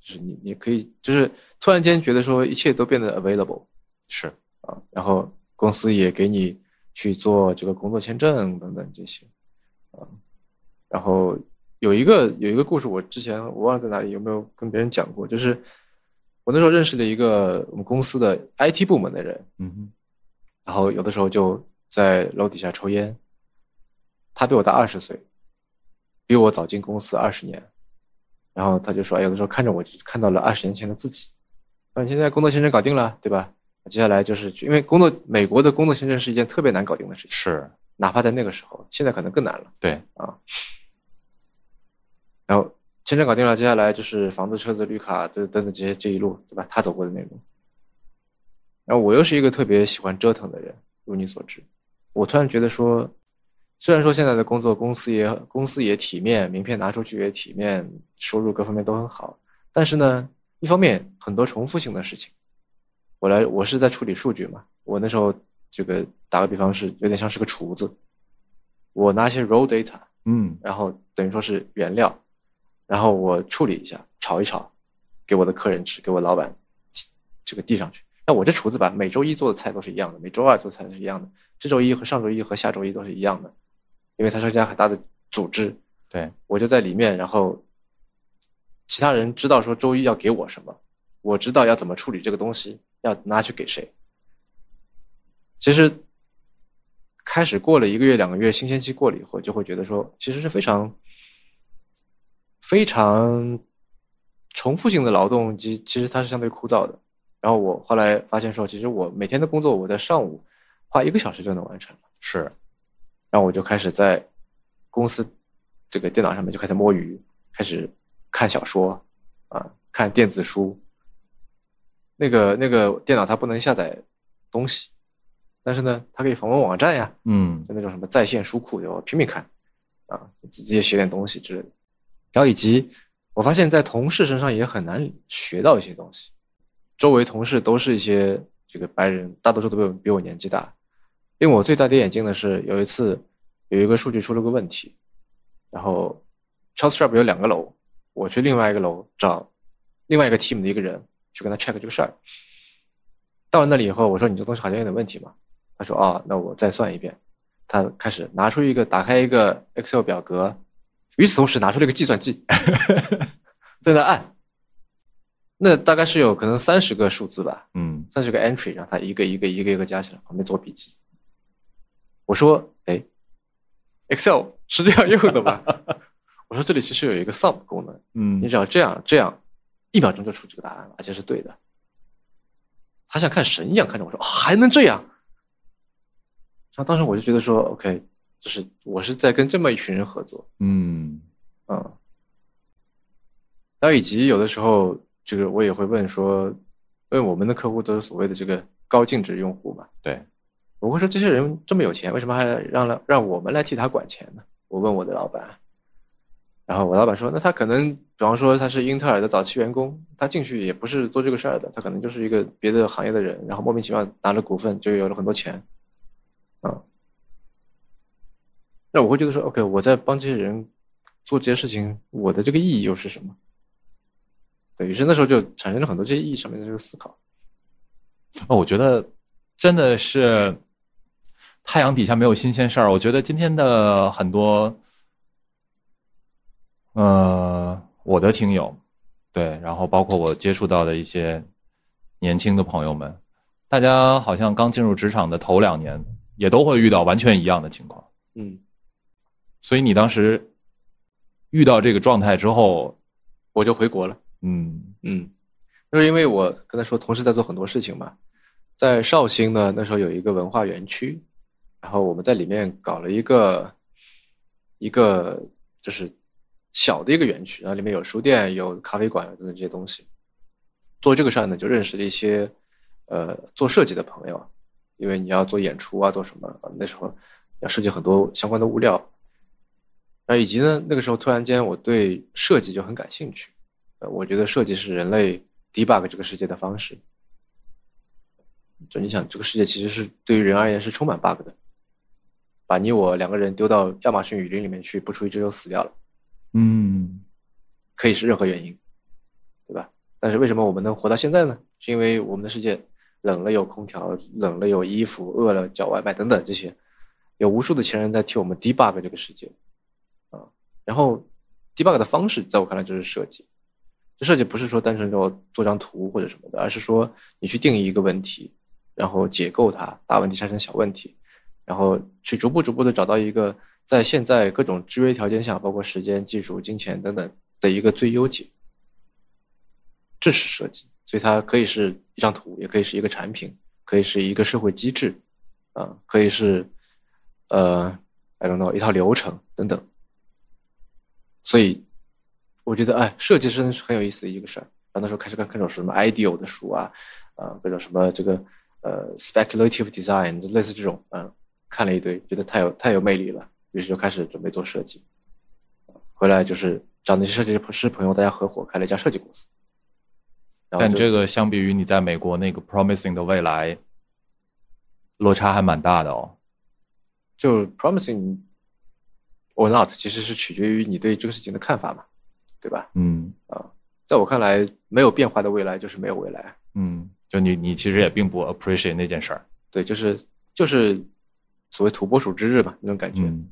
Speaker 3: 就是你你可以就是突然间觉得说一切都变得 available
Speaker 1: 是，
Speaker 3: 啊，然后公司也给你去做这个工作签证等等这些。啊然后有一个有一个故事，我之前我忘了在哪里有没有跟别人讲过，就是我那时候认识了一个我们公司的 IT 部门的人，
Speaker 1: 嗯哼，
Speaker 3: 然后有的时候就在楼底下抽烟，他比我大二十岁，比我早进公司二十年，然后他就说，哎，有的时候看着我就看到了二十年前的自己，那你现在工作签证搞定了，对吧？接下来就是去因为工作，美国的工作签证是一件特别难搞定的事情，
Speaker 1: 是，
Speaker 3: 哪怕在那个时候，现在可能更难了。
Speaker 1: 对，
Speaker 3: 然后签证搞定了，接下来就是房子、车子、绿卡等等等这些这一路，对吧？他走过的那路。然后我又是一个特别喜欢折腾的人，如你所知，我突然觉得说，虽然说现在的工作公司也公司也体面，名片拿出去也体面，收入各方面都很好，但是呢，一方面很多重复性的事情，我来我是在处理数据嘛，我那时候这个打个比方是有点像是个厨子，我拿一些 raw data，
Speaker 1: 嗯
Speaker 3: 然后等于说是原料，然后我处理一下，炒一炒，给我的客人吃，给我老板这个递上去。那我这厨子吧，每周一做的菜都是一样的，每周二做的菜都是一样的，这周一和上周一和下周一都是一样的，因为它是一家很大的组织，
Speaker 1: 对，
Speaker 3: 我就在里面，然后其他人知道说周一要给我什么，我知道要怎么处理这个东西，要拿去给谁。其实开始过了一个月、两个月，新鲜期过了以后，就会觉得说，其实是非常非常重复性的劳动，其其实它是相对枯燥的。然后我后来发现说，其实我每天的工作，我在上午花一个小时就能完成。
Speaker 1: 是，
Speaker 3: 然后我就开始在公司这个电脑上面就开始摸鱼，开始看小说啊，看电子书。那个那个电脑它不能下载东西，但是呢，它可以访问网站呀，
Speaker 1: 嗯
Speaker 3: 就那种什么在线书库，对吧？我拼命看啊，自己也写点东西之类的。然后以及我发现在同事身上也很难学到一些东西。周围同事都是一些这个白人，大多数都比我比我年纪大。令我最大跌眼镜的是，有一次有一个数据出了个问题，然后 Charles Schwab 有两个楼，我去另外一个楼找另外一个 team 的一个人去跟他 check 这个事儿。到了那里以后，我说你这东西好像有点问题嘛，他说啊、那我再算一遍。他开始拿出一个打开一个 Excel 表格，与此同时拿出了一个计算器，在那按。那大概是有可能三十个数字吧，
Speaker 1: 嗯
Speaker 3: 三十个 entry，让他一个一个一个一个加起来，旁边做笔记。我说，哎，Excel 是这样用的吗？ 我说这里其实有一个 sum 功能，你
Speaker 1: 嗯
Speaker 3: 只要这样这样，一秒钟就出这个答案了，而且是对的。他像看神一样看着我说，哦、还能这样？然后当时我就觉得说，OK，就是我是在跟这么一群人合作，
Speaker 1: 嗯
Speaker 3: 嗯，然后以及有的时候，这个我也会问说，因为我们的客户都是所谓的这个高净值用户嘛，
Speaker 1: 对，
Speaker 3: 我会说这些人这么有钱，为什么还让了让我们来替他管钱呢？我问我的老板，然后我老板说，那他可能，比方说他是英特尔的早期员工，他进去也不是做这个事儿的，他可能就是一个别的行业的人，然后莫名其妙拿了股份就有了很多钱，啊、那我会觉得说，OK，我在帮这些人做这些事情，我的这个意义又是什么？对于是那时候就产生了很多这些意义上面的这个思考。
Speaker 1: 哦，我觉得真的是太阳底下没有新鲜事儿。我觉得今天的很多，呃，我的听友，对，然后包括我接触到的一些年轻的朋友们，大家好像刚进入职场的头两年，也都会遇到完全一样的情况。
Speaker 3: 嗯，
Speaker 1: 所以你当时遇到这个状态之后，
Speaker 3: 我就回国了。
Speaker 1: 嗯
Speaker 3: 嗯，就是因为我跟他说，同时在做很多事情嘛，在绍兴呢，那时候有一个文化园区，然后我们在里面搞了一个一个就是小的一个园区，然后里面有书店、有咖啡馆等等这些东西。做这个事儿呢，就认识了一些呃做设计的朋友，因为你要做演出啊，做什么，呃那时候要设计很多相关的物料，然后以及呢，那个时候突然间我对设计就很感兴趣。呃，我觉得设计是人类 debug 这个世界的方式。就你想，这个世界其实是对于人而言是充满 bug 的，把你我两个人丢到亚马逊雨林里面去，不出一周就死掉了，
Speaker 1: 嗯
Speaker 3: 可以是任何原因，对吧？但是为什么我们能活到现在呢？是因为我们的世界冷了有空调，冷了有衣服，饿了叫外卖等等这些，有无数的前人在替我们 debug 这个世界啊。然后 debug 的方式，在我看来就是设计。这设计不是说单纯给我做张图或者什么的，而是说你去定义一个问题，然后解构它，大问题拆成小问题，然后去逐步逐步的找到一个在现在各种制约条件下，包括时间、技术、金钱等等的一个最优解。这是设计，所以它可以是一张图，也可以是一个产品，可以是一个社会机制，啊、可以是呃，I don't know 一套流程等等。所以我觉得，哎，设计真的是很有意思的一个事儿。然后那时候开始看各种什么 ideal 的书啊，啊，各种什么这个呃 speculative design，就类似这种，嗯、看了一堆，觉得太有太有魅力了，于是就开始准备做设计。回来就是找那些设计师朋友，大家合伙开了一家设计公司。然后
Speaker 1: 但
Speaker 3: 就
Speaker 1: 这个相比于你在美国那个 promising 的未来，落差还蛮大的哦。
Speaker 3: 就 promising or not，其实是取决于你对这个事情的看法嘛，对吧？
Speaker 1: 嗯
Speaker 3: 在我看来，没有变化的未来就是没有未来，
Speaker 1: 嗯，就你你其实也并不 appreciate 那件事儿。
Speaker 3: 对，就是就是所谓土拨鼠之日嘛，那种感觉。
Speaker 1: 嗯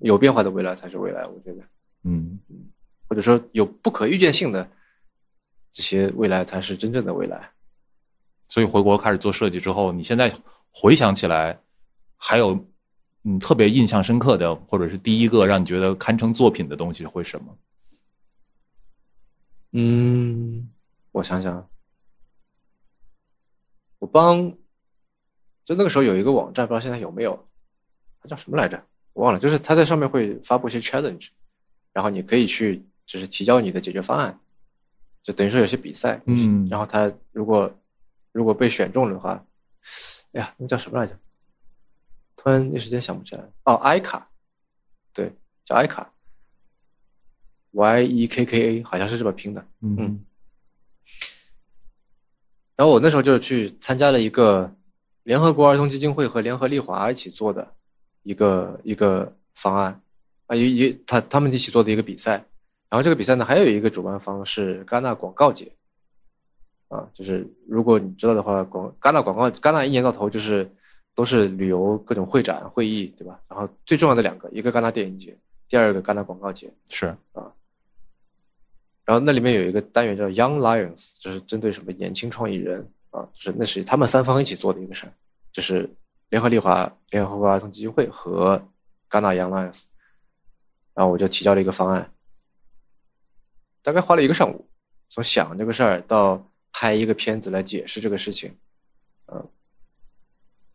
Speaker 3: 有变化的未来才是未来，我觉得，
Speaker 1: 嗯
Speaker 3: 或者说有不可预见性的这些未来才是真正的未来。
Speaker 1: 所以回国开始做设计之后，你现在回想起来，还有嗯特别印象深刻的，或者是第一个让你觉得堪称作品的东西会是什么？
Speaker 3: 嗯，我想想，我帮，就那个时候有一个网站，不知道现在有没有，它叫什么来着？我忘了。就是它在上面会发布一些 challenge，然后你可以去就是提交你的解决方案，就等于说有些比赛，
Speaker 1: 嗯
Speaker 3: 然后它如果如果被选中了的话，哎呀，那叫什么来着？突然一时间想不起来。哦，i 卡，对，叫 i 卡。 Y E K K A，好像是这么拼的。
Speaker 1: 嗯
Speaker 3: 然后我那时候就是去参加了一个联合国儿童基金会和联合利华一起做的一个一个方案啊，一一他他们一起做的一个比赛。然后这个比赛呢，还有一个主办方是戛纳广告节啊，就是如果你知道的话，广戛纳广告戛纳一年到头就是都是旅游各种会展会议，对吧？然后最重要的两个，一个戛纳电影节，第二个戛纳广告节。
Speaker 1: 是
Speaker 3: 然后那里面有一个单元叫 Young Lions，就是针对什么年轻创意人啊，就是那是他们三方一起做的一个事儿，就是联合利华、联合国儿童基金会和戛纳 Young Lions。然后我就提交了一个方案，大概花了一个上午，从想这个事儿到拍一个片子来解释这个事情，嗯，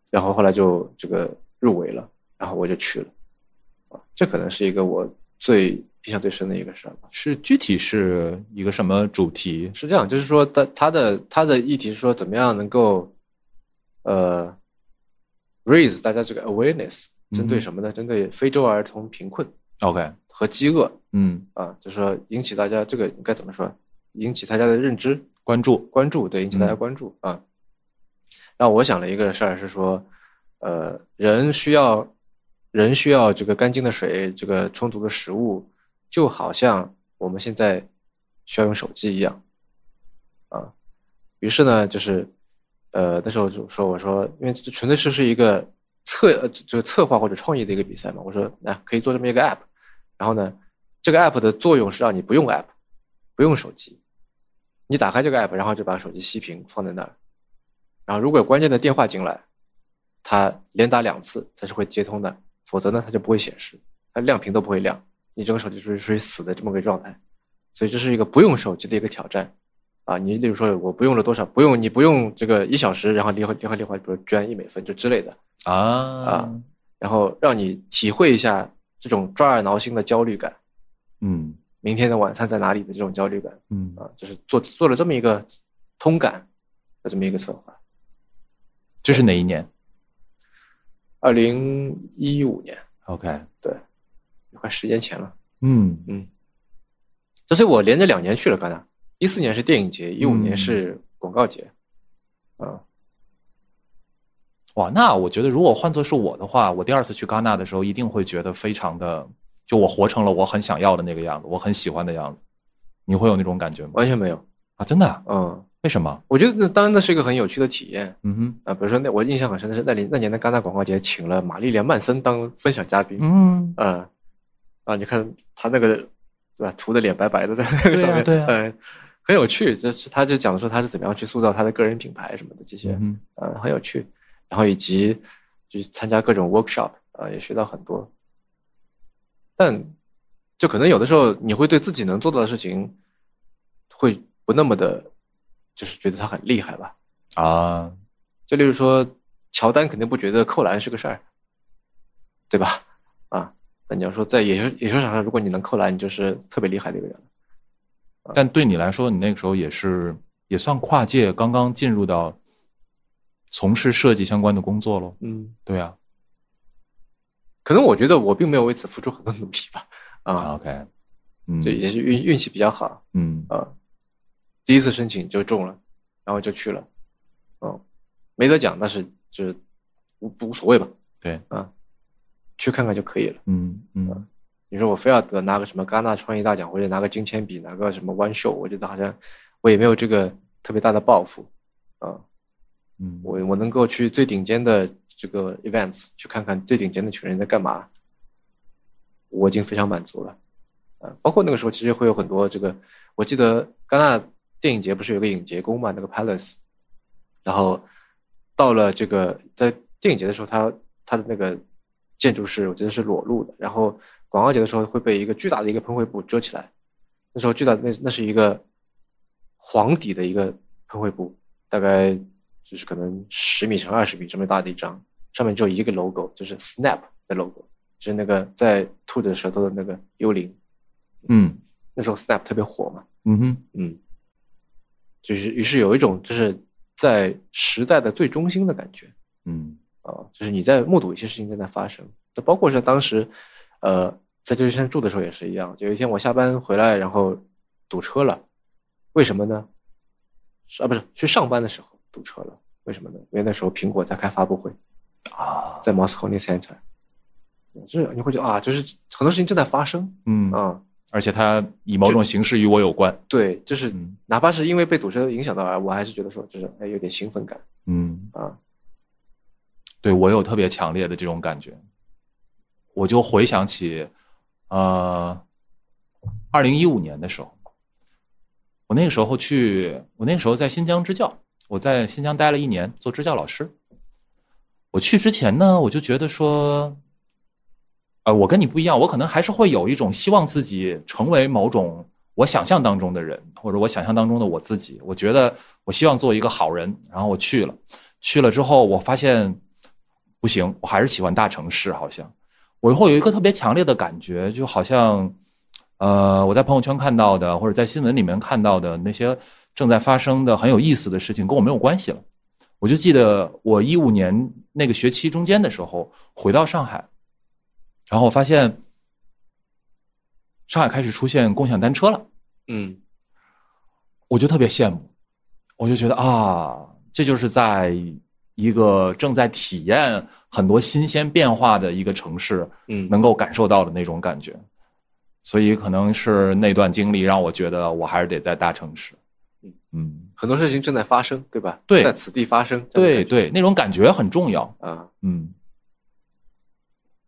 Speaker 3: 然后后来就这个入围了，然后我就去了，啊，这可能是一个我最印象最深的一个事儿吧。
Speaker 1: 是，具体是一个什么主题？
Speaker 3: 是这样，就是说他他的他的议题是说怎么样能够，呃，raise 大家这个 awareness，
Speaker 1: 嗯哼
Speaker 3: 针对什么呢？针对非洲儿童贫困
Speaker 1: OK，
Speaker 3: 和饥饿
Speaker 1: 嗯，
Speaker 3: 啊，就是说引起大家这个应该怎么说？引起大家的认知
Speaker 1: 关注，
Speaker 3: 关注，对，引起大家
Speaker 1: 嗯
Speaker 3: 关注、啊。然后我想了一个事儿是说，呃，人需要人需要这个干净的水，这个充足的食物，就好像我们现在需要用手机一样，啊，于是呢，就是呃那时候就说我说，因为这纯粹是是一个策呃这这个策划或者创意的一个比赛嘛，我说来、可以做这么一个 app，然后呢，这个 app 的作用是让你不用 app，不用手机，你打开这个 app，然后就把手机熄屏放在那儿，然后如果有关键的电话进来，它连打两次它是会接通的，否则呢它就不会显示，它亮屏都不会亮，你整个手机就是属于死的这么个状态，所以这是一个不用手机的一个挑战。啊，你比如说我不用了多少，不用你不用这个一小时，然后联合联合利华比如捐一美分就之类的，
Speaker 1: 啊
Speaker 3: 啊然后让你体会一下这种抓耳挠心的焦虑感，
Speaker 1: 嗯
Speaker 3: 明天的晚餐在哪里的这种焦虑感
Speaker 1: 嗯
Speaker 3: 啊，就是做做了这么一个通感的这么一个策划。
Speaker 1: 这是哪一年
Speaker 3: 二零一五年，
Speaker 1: ？OK，
Speaker 3: 快十年前了，
Speaker 1: 嗯
Speaker 3: 这所以我连着两年去了戛纳，一四年是电影节，一五年
Speaker 1: 嗯
Speaker 3: 是广告节，啊，
Speaker 1: 哇，那我觉得如果换作是我的话，我第二次去戛纳的时候，一定会觉得非常的，就我活成了我很想要的那个样子，我很喜欢的样子。你会有那种感觉吗？
Speaker 3: 完全没有，
Speaker 1: 啊，真的啊？
Speaker 3: 嗯，
Speaker 1: 为什么？
Speaker 3: 我觉得那当然那是一个很有趣的体验，
Speaker 1: 嗯哼，
Speaker 3: 啊，比如说那我印象很深的是那里那年的戛纳广告节，请了玛丽莲·曼森当分享嘉宾，
Speaker 1: 嗯，
Speaker 3: 嗯，啊，你看他那个对吧，涂的脸白白的在那个
Speaker 1: 对啊
Speaker 3: 上面，
Speaker 1: 对啊
Speaker 3: 嗯，很有趣，就是他就讲说他是怎么样去塑造他的个人品牌什么的这些，
Speaker 1: 嗯
Speaker 3: 嗯，很有趣，然后以及就是参加各种 workshop 啊，也学到很多，但就可能有的时候你会对自己能做到的事情会不那么的，就是觉得他很厉害吧，
Speaker 1: 哼啊，
Speaker 3: 就例如说，乔丹肯定不觉得扣篮是个事儿，对吧？啊，那你要说在野球野球场上，如果你能扣篮，你就是特别厉害的一个人了。
Speaker 1: 但对你来说，你那个时候也是也算跨界，刚刚进入到从事设计相关的工作喽。
Speaker 3: 嗯，
Speaker 1: 对啊
Speaker 3: 可能我觉得我并没有为此付出很多努力吧。啊，
Speaker 1: ，OK，嗯，
Speaker 3: 就也是运运气比较好，
Speaker 1: 嗯
Speaker 3: 第一次申请就中了，然后就去了。嗯，没得奖，但是就是无无所谓吧。
Speaker 1: 对
Speaker 3: 啊，去看看就可以了。
Speaker 1: 嗯嗯，
Speaker 3: 你说我非要得拿个什么戛纳创意大奖，或者拿个金铅笔，拿个什么 One Show，我觉得好像我也没有这个特别大的抱负啊。
Speaker 1: 嗯，
Speaker 3: 我我能够去最顶尖的这个 events 去看看最顶尖的群人在干嘛，我已经非常满足了。啊，包括那个时候其实会有很多这个，我记得戛纳电影节不是有个影节宫嘛，那个 Palace，然后到了这个在电影节的时候，它它的那个建筑是我记得是裸露的，然后广告节的时候会被一个巨大的一个喷绘布遮起来，那时候巨大那那是一个黄底的一个喷绘布，大概就是可能十米乘二十米这么大的一张，上面只有一个 logo，就是 Snap 的 logo，就是那个在吐着舌头的那个幽灵。
Speaker 1: 嗯
Speaker 3: 那时候 Snap 特别火嘛，
Speaker 1: 嗯哼，
Speaker 3: 嗯，就是于是有一种就是在时代的最中心的感觉
Speaker 1: 嗯
Speaker 3: 啊、就是你在目睹一些事情正在发生，这包括是当时，呃，在旧金山住的时候也是一样，有一天我下班回来，然后堵车了，为什么呢？是啊，不是去上班的时候堵车了，为什么呢？因为那时候苹果在开发布会，
Speaker 1: 啊，
Speaker 3: 在 Moscone Center，这你会觉得啊，就是很多事情正在发生
Speaker 1: 嗯，
Speaker 3: 啊。
Speaker 1: 而且它以某种形式与我有关，
Speaker 3: 对，就是
Speaker 1: 嗯
Speaker 3: 哪怕是因为被堵车影响到了，啊我还是觉得说，就是哎，有点兴奋感
Speaker 1: 嗯，
Speaker 3: 啊。
Speaker 1: 对我有特别强烈的这种感觉，我就回想起，呃，二零一五年的时候，我那个时候去，我那个时候在新疆支教，我在新疆待了一年做支教老师。我去之前呢，我就觉得说，呃，我跟你不一样，我可能还是会有一种希望自己成为某种我想象当中的人，或者我想象当中的我自己。我觉得我希望做一个好人，然后我去了。去了之后，我发现不行，我还是喜欢大城市。好像我会有一个特别强烈的感觉，就好像，呃，我在朋友圈看到的，或者在新闻里面看到的那些正在发生的很有意思的事情，跟我没有关系了。我就记得我一五年那个学期中间的时候，回到上海，然后我发现上海开始出现共享单车了。
Speaker 3: 嗯
Speaker 1: 我就特别羡慕，我就觉得啊，这就是在一个正在体验很多新鲜变化的一个城市，
Speaker 3: 嗯
Speaker 1: 能够感受到的那种感觉。所以可能是那段经历让我觉得我还是得在大城市
Speaker 3: 嗯。
Speaker 1: 嗯，
Speaker 3: 很多事情正在发生，对吧？
Speaker 1: 对
Speaker 3: 在此地发生。这样的
Speaker 1: 对对，那种感觉很重要。
Speaker 3: 感觉啊，
Speaker 1: 嗯，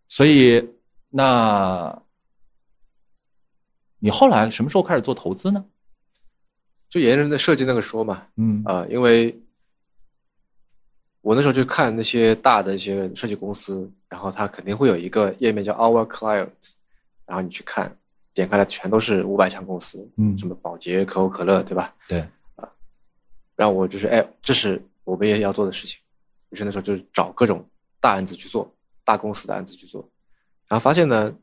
Speaker 1: 所以那，你后来什么时候开始做投资呢？
Speaker 3: 就沿着那设计那个说嘛
Speaker 1: 嗯
Speaker 3: 啊，因为我那时候就看那些大的一些设计公司，然后它肯定会有一个页面叫 Our Client，然后你去看，点开来全都是五百强公司，
Speaker 1: 嗯
Speaker 3: 什么宝洁、可口可乐，对吧？
Speaker 4: 对，
Speaker 3: 然后我就是哎，这是我们也要做的事情。于是那时候就是找各种大案子去做，大公司的案子去做，然后发现呢，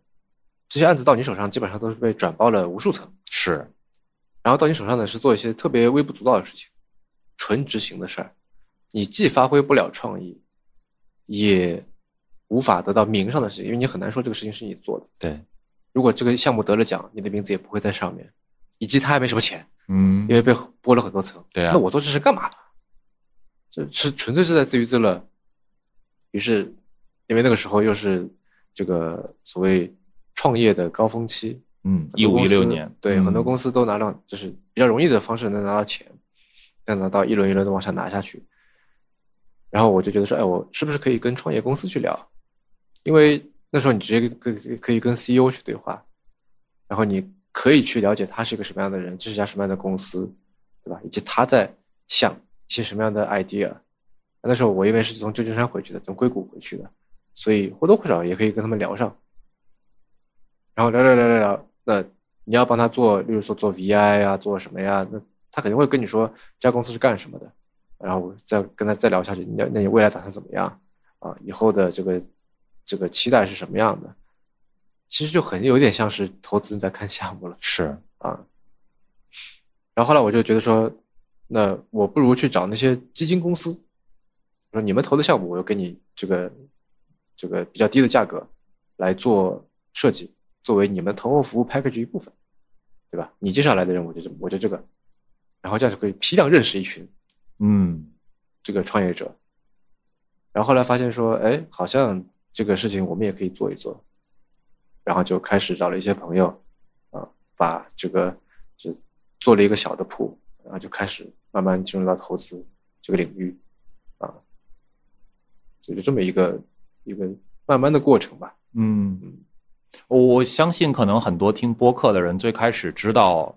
Speaker 3: 这些案子到你手上基本上都是被转包了无数层，
Speaker 1: 是，
Speaker 3: 然后到你手上呢是做一些特别微不足道的事情，纯执行的事儿，你既发挥不了创意，也无法得到名上的事情，因为你很难说这个事情是你做的。
Speaker 4: 对，
Speaker 3: 如果这个项目得了奖，你的名字也不会在上面，以及他还没什么钱。
Speaker 1: 嗯
Speaker 3: 因为被剥了很多层。
Speaker 1: 对啊
Speaker 3: 那我做这是干嘛？这是纯粹是在自娱自乐。于是，因为那个时候又是这个所谓创业的高峰期，
Speaker 1: 嗯，
Speaker 3: 很
Speaker 1: 一
Speaker 3: 多
Speaker 1: 五
Speaker 3: 公
Speaker 1: 一
Speaker 3: 司
Speaker 1: 六年，
Speaker 3: 对、很多
Speaker 1: 嗯
Speaker 3: 公司都拿到，就是比较容易的方式能拿到钱，能拿到一轮一轮的往下拿下去。然后我就觉得说，哎，我是不是可以跟创业公司去聊？因为那时候你直接跟可以可以跟 CEO 去对话，然后你可以去了解他是一个什么样的人，这是一家什么样的公司，对吧？以及他在想一些什么样的 idea。那时候我因为是从旧金山回去的，从硅谷回去的，所以或多或少也可以跟他们聊上。然后聊聊聊聊聊，那你要帮他做，例如说做 VI 啊，做什么呀？那他肯定会跟你说这家公司是干什么的，然后我再跟他再聊下去，你要那你未来打算怎么样啊？以后的这个这个期待是什么样的？其实就很有点像是投资人在看项目了。
Speaker 1: 是，
Speaker 3: 啊。然后后来我就觉得说，那我不如去找那些基金公司，我说你们投的项目，我就给你这个这个比较低的价格来做设计，作为你们投后服务 package 一部分，对吧？你接下来的任务就这，我就这个，然后这样就可以批量认识一群
Speaker 1: 嗯，
Speaker 3: 这个创业者。然后后来发现说，哎，好像这个事情我们也可以做一做，然后就开始找了一些朋友，啊、把这个就做了一个小的铺，然后就开始慢慢进入到投资这个领域，啊，就是这么一个一个慢慢的过程吧。
Speaker 1: 嗯，我我相信可能很多听播客的人最开始知道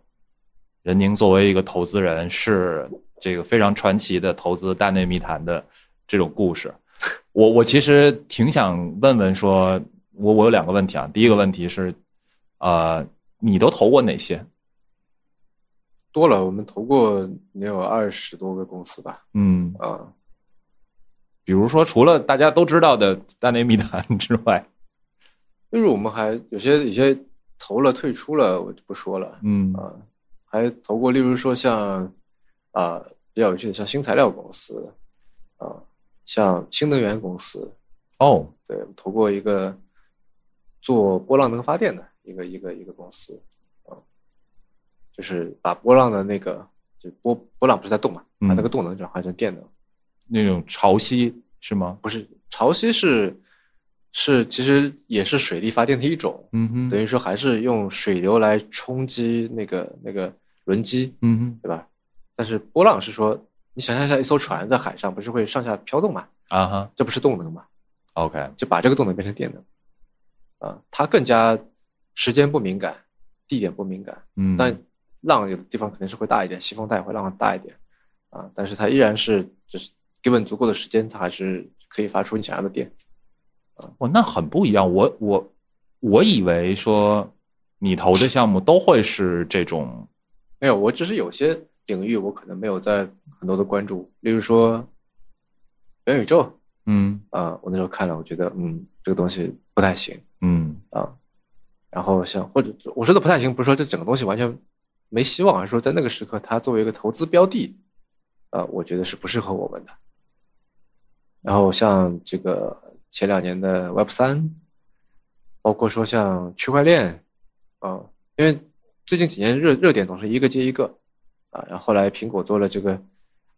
Speaker 1: 任宁作为一个投资人是这个非常传奇的投资大内密谈的这种故事。我我其实挺想问问说，我我有两个问题啊。第一个问题是，呃，你都投过哪些？
Speaker 3: 多了，我们投过也有二十多个公司吧，
Speaker 1: 嗯，
Speaker 3: 啊，
Speaker 1: 比如说除了大家都知道的大内密谈之外，
Speaker 3: 就是我们还有些有些投了退出了，我就不说了，
Speaker 1: 嗯
Speaker 3: 啊，还投过，例如说像啊、比较有趣的，像新材料公司啊、像新能源公司，
Speaker 1: 哦，
Speaker 3: 对，投过一个做波浪能发电的一个一个一个公司，啊，就是把波浪的那个就波波浪不是在动嘛，
Speaker 1: 嗯
Speaker 3: 把那个动能转换成电能，
Speaker 1: 那种潮汐是吗？
Speaker 3: 不是潮汐是是其实也是水力发电的一种，
Speaker 1: 嗯哼，
Speaker 3: 等于说还是用水流来冲击那个那个轮机，
Speaker 1: 嗯哼
Speaker 3: 对吧？但是波浪是说，你想象一下，一艘船在海上不是会上下飘动嘛？
Speaker 1: 啊哈
Speaker 3: 这不是动能嘛？
Speaker 1: ，OK，
Speaker 3: 就把这个动能变成电能，啊、它更加时间不敏感，地点不敏感，
Speaker 1: 嗯，
Speaker 3: 但浪有的地方肯定是会大一点，西风带也会浪大一点，啊，但是它依然是就是给稳足够的时间，它还是可以发出你想要的电。
Speaker 1: 哦，那很不一样。我我我以为说你投的项目都会是这种，
Speaker 3: 没有，我只是有些领域我可能没有在很多的关注，例如说元宇宙，
Speaker 1: 嗯
Speaker 3: 啊、我那时候看了，我觉得嗯这个东西不太行
Speaker 1: 嗯
Speaker 3: 啊、然后像或者我说的不太行，不是说这整个东西完全没希望，而是说在那个时刻，它作为一个投资标的，呃，我觉得是不适合我们的。然后像这个前两年的 Web 三，包括说像区块链，啊、因为最近几年热热点总是一个接一个，啊、然后后来苹果做了这个，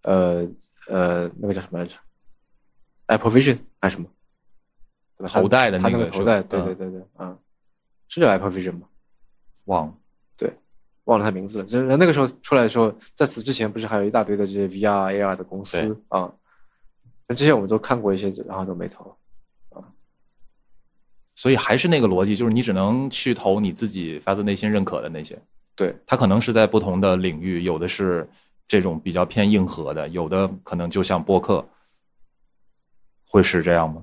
Speaker 3: 呃呃，那个叫什么来着？Apple Vision 还是什么？对吧？它
Speaker 1: 头戴的那
Speaker 3: 它那
Speaker 1: 个
Speaker 3: 个
Speaker 1: 是
Speaker 3: 头
Speaker 1: 吧
Speaker 3: 戴，对
Speaker 1: 嗯
Speaker 3: 对对对，啊、是叫 Apple Vision 吗？
Speaker 1: 忘了，
Speaker 3: 忘了他名字了。就是那个时候出来的时候，在此之前不是还有一大堆的这些 VR、AR 的公
Speaker 1: 对
Speaker 3: 司啊？那这些我们都看过一些，然后都没投。
Speaker 1: 所以还是那个逻辑，就是你只能去投你自己发自内心认可的那些。
Speaker 3: 对，
Speaker 1: 它可能是在不同的领域，有的是这种比较偏硬核的，有的可能就像播客，会是这样吗？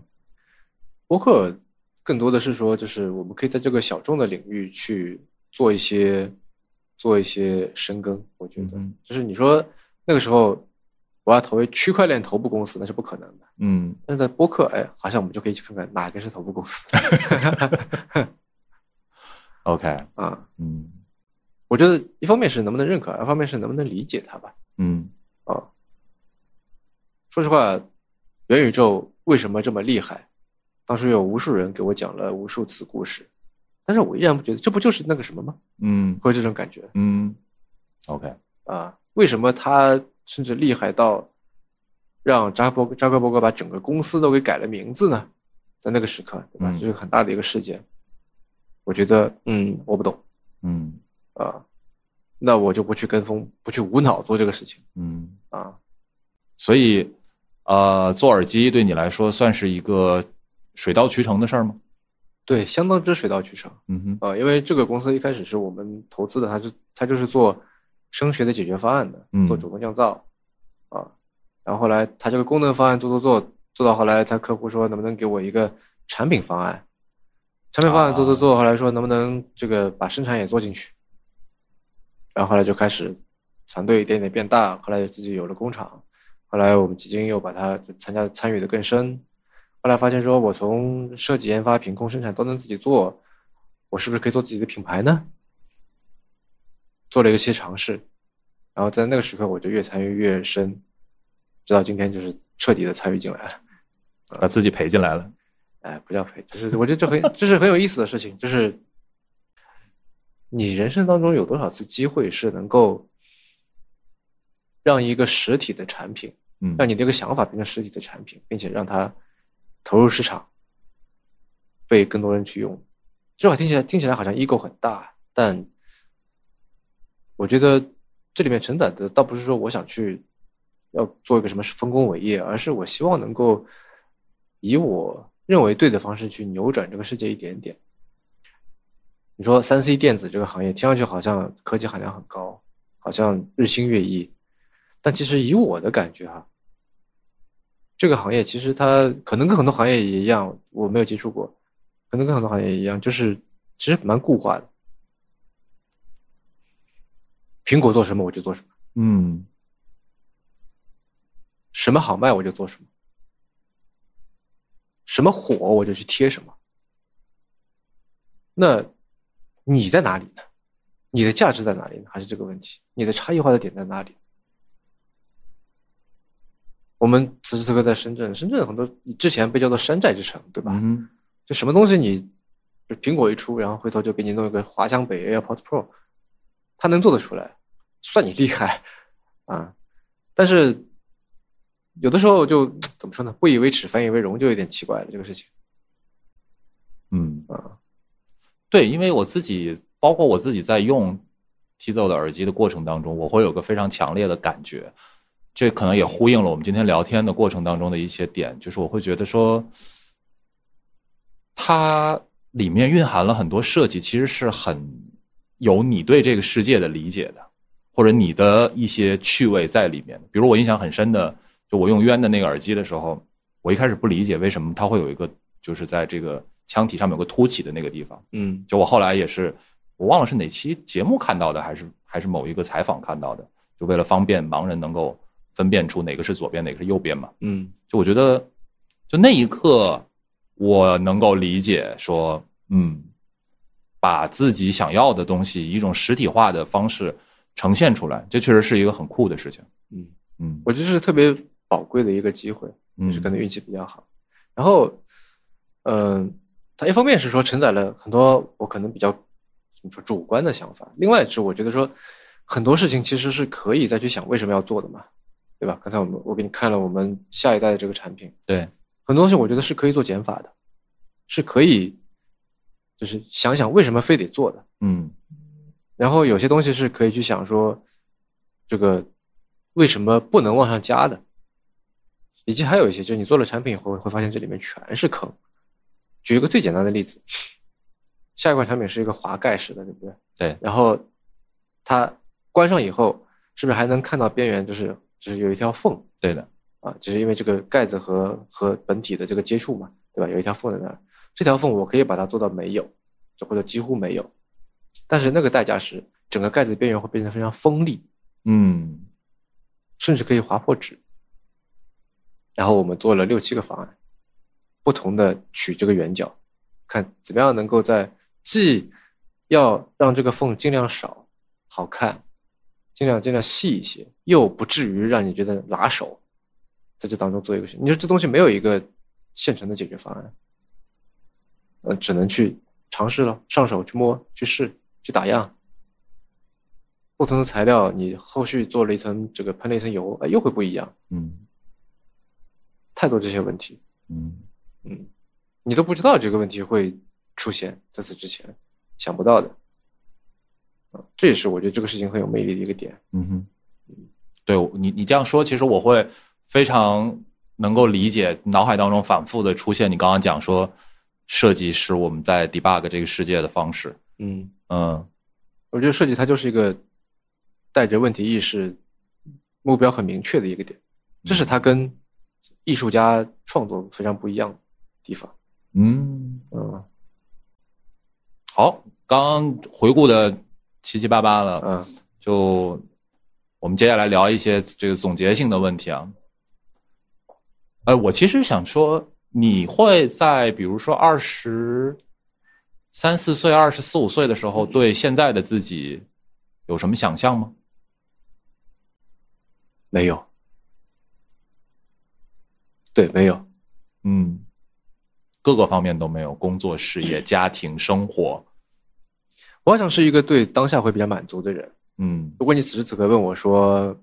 Speaker 3: 播客更多的是说，就是我们可以在这个小众的领域去做一些做一些深耕。我觉得，
Speaker 1: 嗯
Speaker 3: 就是你说那个时候我要投为区块链头部公司，那是不可能的。
Speaker 1: 嗯，
Speaker 3: 但是在播客，哎，好像我们就可以去看看哪个是头部 公司
Speaker 1: OK，
Speaker 3: 啊。
Speaker 1: 嗯
Speaker 3: 我觉得一方面是能不能认可，二方面是能不能理解它吧。
Speaker 1: 嗯
Speaker 3: 啊，说实话，元宇宙为什么这么厉害？当时有无数人给我讲了无数次故事，但是我依然不觉得这不就是那个什么吗？
Speaker 1: 嗯
Speaker 3: 会有这种感觉
Speaker 1: 嗯，OK，
Speaker 3: 啊？为什么他甚至厉害到让扎克伯格扎克伯格把整个公司都给改了名字呢？在那个时刻，对吧？
Speaker 1: 嗯
Speaker 3: 这是很大的一个事件。我觉得，嗯，我不懂
Speaker 1: 嗯
Speaker 3: 啊，那我就不去跟风，不去无脑做这个事情
Speaker 1: 嗯。
Speaker 3: 啊。
Speaker 1: 所以，呃，做耳机对你来说算是一个水到渠成的事儿吗？
Speaker 3: 对，相当之水到渠成。
Speaker 1: 嗯哼，
Speaker 3: 呃，因为这个公司一开始是我们投资的，它就它就是做声学的解决方案的
Speaker 1: 嗯，
Speaker 3: 做主动降噪啊。然后后来它这个功能方案做做做做到后来，他客户说能不能给我一个产品方案？产品方案做做做，后来说能不能这个把生产也做进去？然后后来就开始团队一点点变大，后来自己有了工厂，后来我们基金又把它就参加参与的更深，后来发现说我从设计、研发、品控、生产都能自己做，我是不是可以做自己的品牌呢？做了一些尝试，然后在那个时刻我就越参与越深，直到今天就是彻底的参与进来了。
Speaker 1: 把自己赔进来了。
Speaker 3: 哎，不叫赔，就是我觉得这很这是很有意思的事情，就是你人生当中有多少次机会是能够让一个实体的产品，
Speaker 1: 嗯
Speaker 3: 让你这个想法变成实体的产品，并且让它投入市场，被更多人去用。这话听起来听起来好像 ego 很大，但我觉得这里面承载的倒不是说我想去要做一个什么丰功伟业，而是我希望能够以我认为对的方式去扭转这个世界一点点。你说三 C 电子这个行业听上去好像科技含量很高，好像日新月异，但其实以我的感觉哈、这个行业其实它可能跟很多行业也一样，我没有接触过，可能跟很多行业一样，就是其实蛮固化的。苹果做什么我就做什么，
Speaker 1: 嗯
Speaker 3: 什么好卖我就做什么，什么火我就去贴什么。那你在哪里呢？你的价值在哪里呢？还是这个问题？你的差异化的点在哪里？我们此时此刻在深圳，深圳很多之前被叫做山寨之城，对吧？
Speaker 1: 嗯
Speaker 3: 就什么东西你，比就苹果一出，然后回头就给你弄一个华强北 AirPods Pro，他能做得出来，算你厉害啊。但是有的时候就怎么说呢？不以为耻，反以为荣，就有点奇怪了这个事情
Speaker 1: 嗯，
Speaker 3: 啊。
Speaker 1: 对，因为我自己，包括我自己在用 Tizo 的耳机的过程当中，我会有个非常强烈的感觉，这可能也呼应了我们今天聊天的过程当中的一些点，就是我会觉得说，它里面蕴含了很多设计，其实是很有你对这个世界的理解的，或者你的一些趣味在里面。比如我印象很深的，就我用渊的那个耳机的时候，我一开始不理解为什么它会有一个，就是在这个腔体上面有个凸起的那个地方。
Speaker 3: 嗯
Speaker 1: 就我后来也是，我忘了是哪期节目看到的，还是还是某一个采访看到的，就为了方便盲人能够分辨出哪个是左边，哪个是右边嘛。
Speaker 3: 嗯
Speaker 1: 就我觉得，就那一刻，我能够理解说，嗯，把自己想要的东西以一种实体化的方式呈现出来，这确实是一个很酷的事情。
Speaker 3: 嗯，
Speaker 1: 嗯，
Speaker 3: 我觉得这是特别宝贵的一个机会。就是可能运气比较好。然后，嗯、它一方面是说承载了很多我可能比较怎么说主观的想法，另外是我觉得说很多事情其实是可以再去想为什么要做的嘛，对吧？刚才我们我给你看了我们下一代的这个产品，
Speaker 1: 对，
Speaker 3: 很多东西我觉得是可以做减法的，是可以就是想想为什么非得做的。
Speaker 1: 嗯
Speaker 3: 然后有些东西是可以去想说，这个为什么不能往上加的，以及还有一些就是你做了产品以后会发现这里面全是坑。举一个最简单的例子，下一款产品是一个滑盖式的，对不对？
Speaker 1: 对
Speaker 3: 然后它关上以后，是不是还能看到边缘就是就是有一条缝？
Speaker 1: 对的，
Speaker 3: 啊，只是因为这个盖子和和本体的这个接触嘛，对吧？有一条缝在那儿，这条缝我可以把它做到没有，就或者几乎没有，但是那个代价是整个盖子边缘会变得非常锋利，
Speaker 1: 嗯
Speaker 3: 甚至可以划破纸。然后我们做了六七个方案，不同的取这个圆角，看怎么样能够在既要让这个缝尽量少、好看，尽量尽量细一些，又不至于让你觉得拿手，在这当中做一个选。你说这东西没有一个现成的解决方案，呃，只能去尝试了，上手去摸、去试、去打样，不同的材料，你后续做了一层这个喷了一层油，哎，又会不一样。
Speaker 1: 嗯
Speaker 3: 太多这些问题，
Speaker 1: 嗯
Speaker 3: 嗯，你都不知道这个问题会出现，在此之前想不到的。啊，这也是我觉得这个事情很有魅力的一个点。
Speaker 1: 嗯哼，对我你你这样说，其实我会非常能够理解，脑海当中反复的出现你刚刚讲说，设计是我们在 debug 这个世界的方式。
Speaker 3: 嗯，
Speaker 1: 嗯
Speaker 3: 我觉得设计它就是一个带着问题意识、目标很明确的一个点，这是它跟艺术家创作非常不一样的地方。
Speaker 1: 嗯，
Speaker 3: 嗯
Speaker 1: 好，刚刚回顾的七七八八了，
Speaker 3: 嗯
Speaker 1: 就我们接下来聊一些这个总结性的问题啊。呃，我其实想说，你会在比如说二十三四岁、二十四五岁的时候，对现在的自己有什么想象吗？
Speaker 3: 没有，对，没有。
Speaker 1: 嗯，各个方面都没有，工作、事业、家庭、生活，
Speaker 3: 我好像是一个对当下会比较满足的人。
Speaker 1: 嗯
Speaker 3: 如果你此时此刻问我说，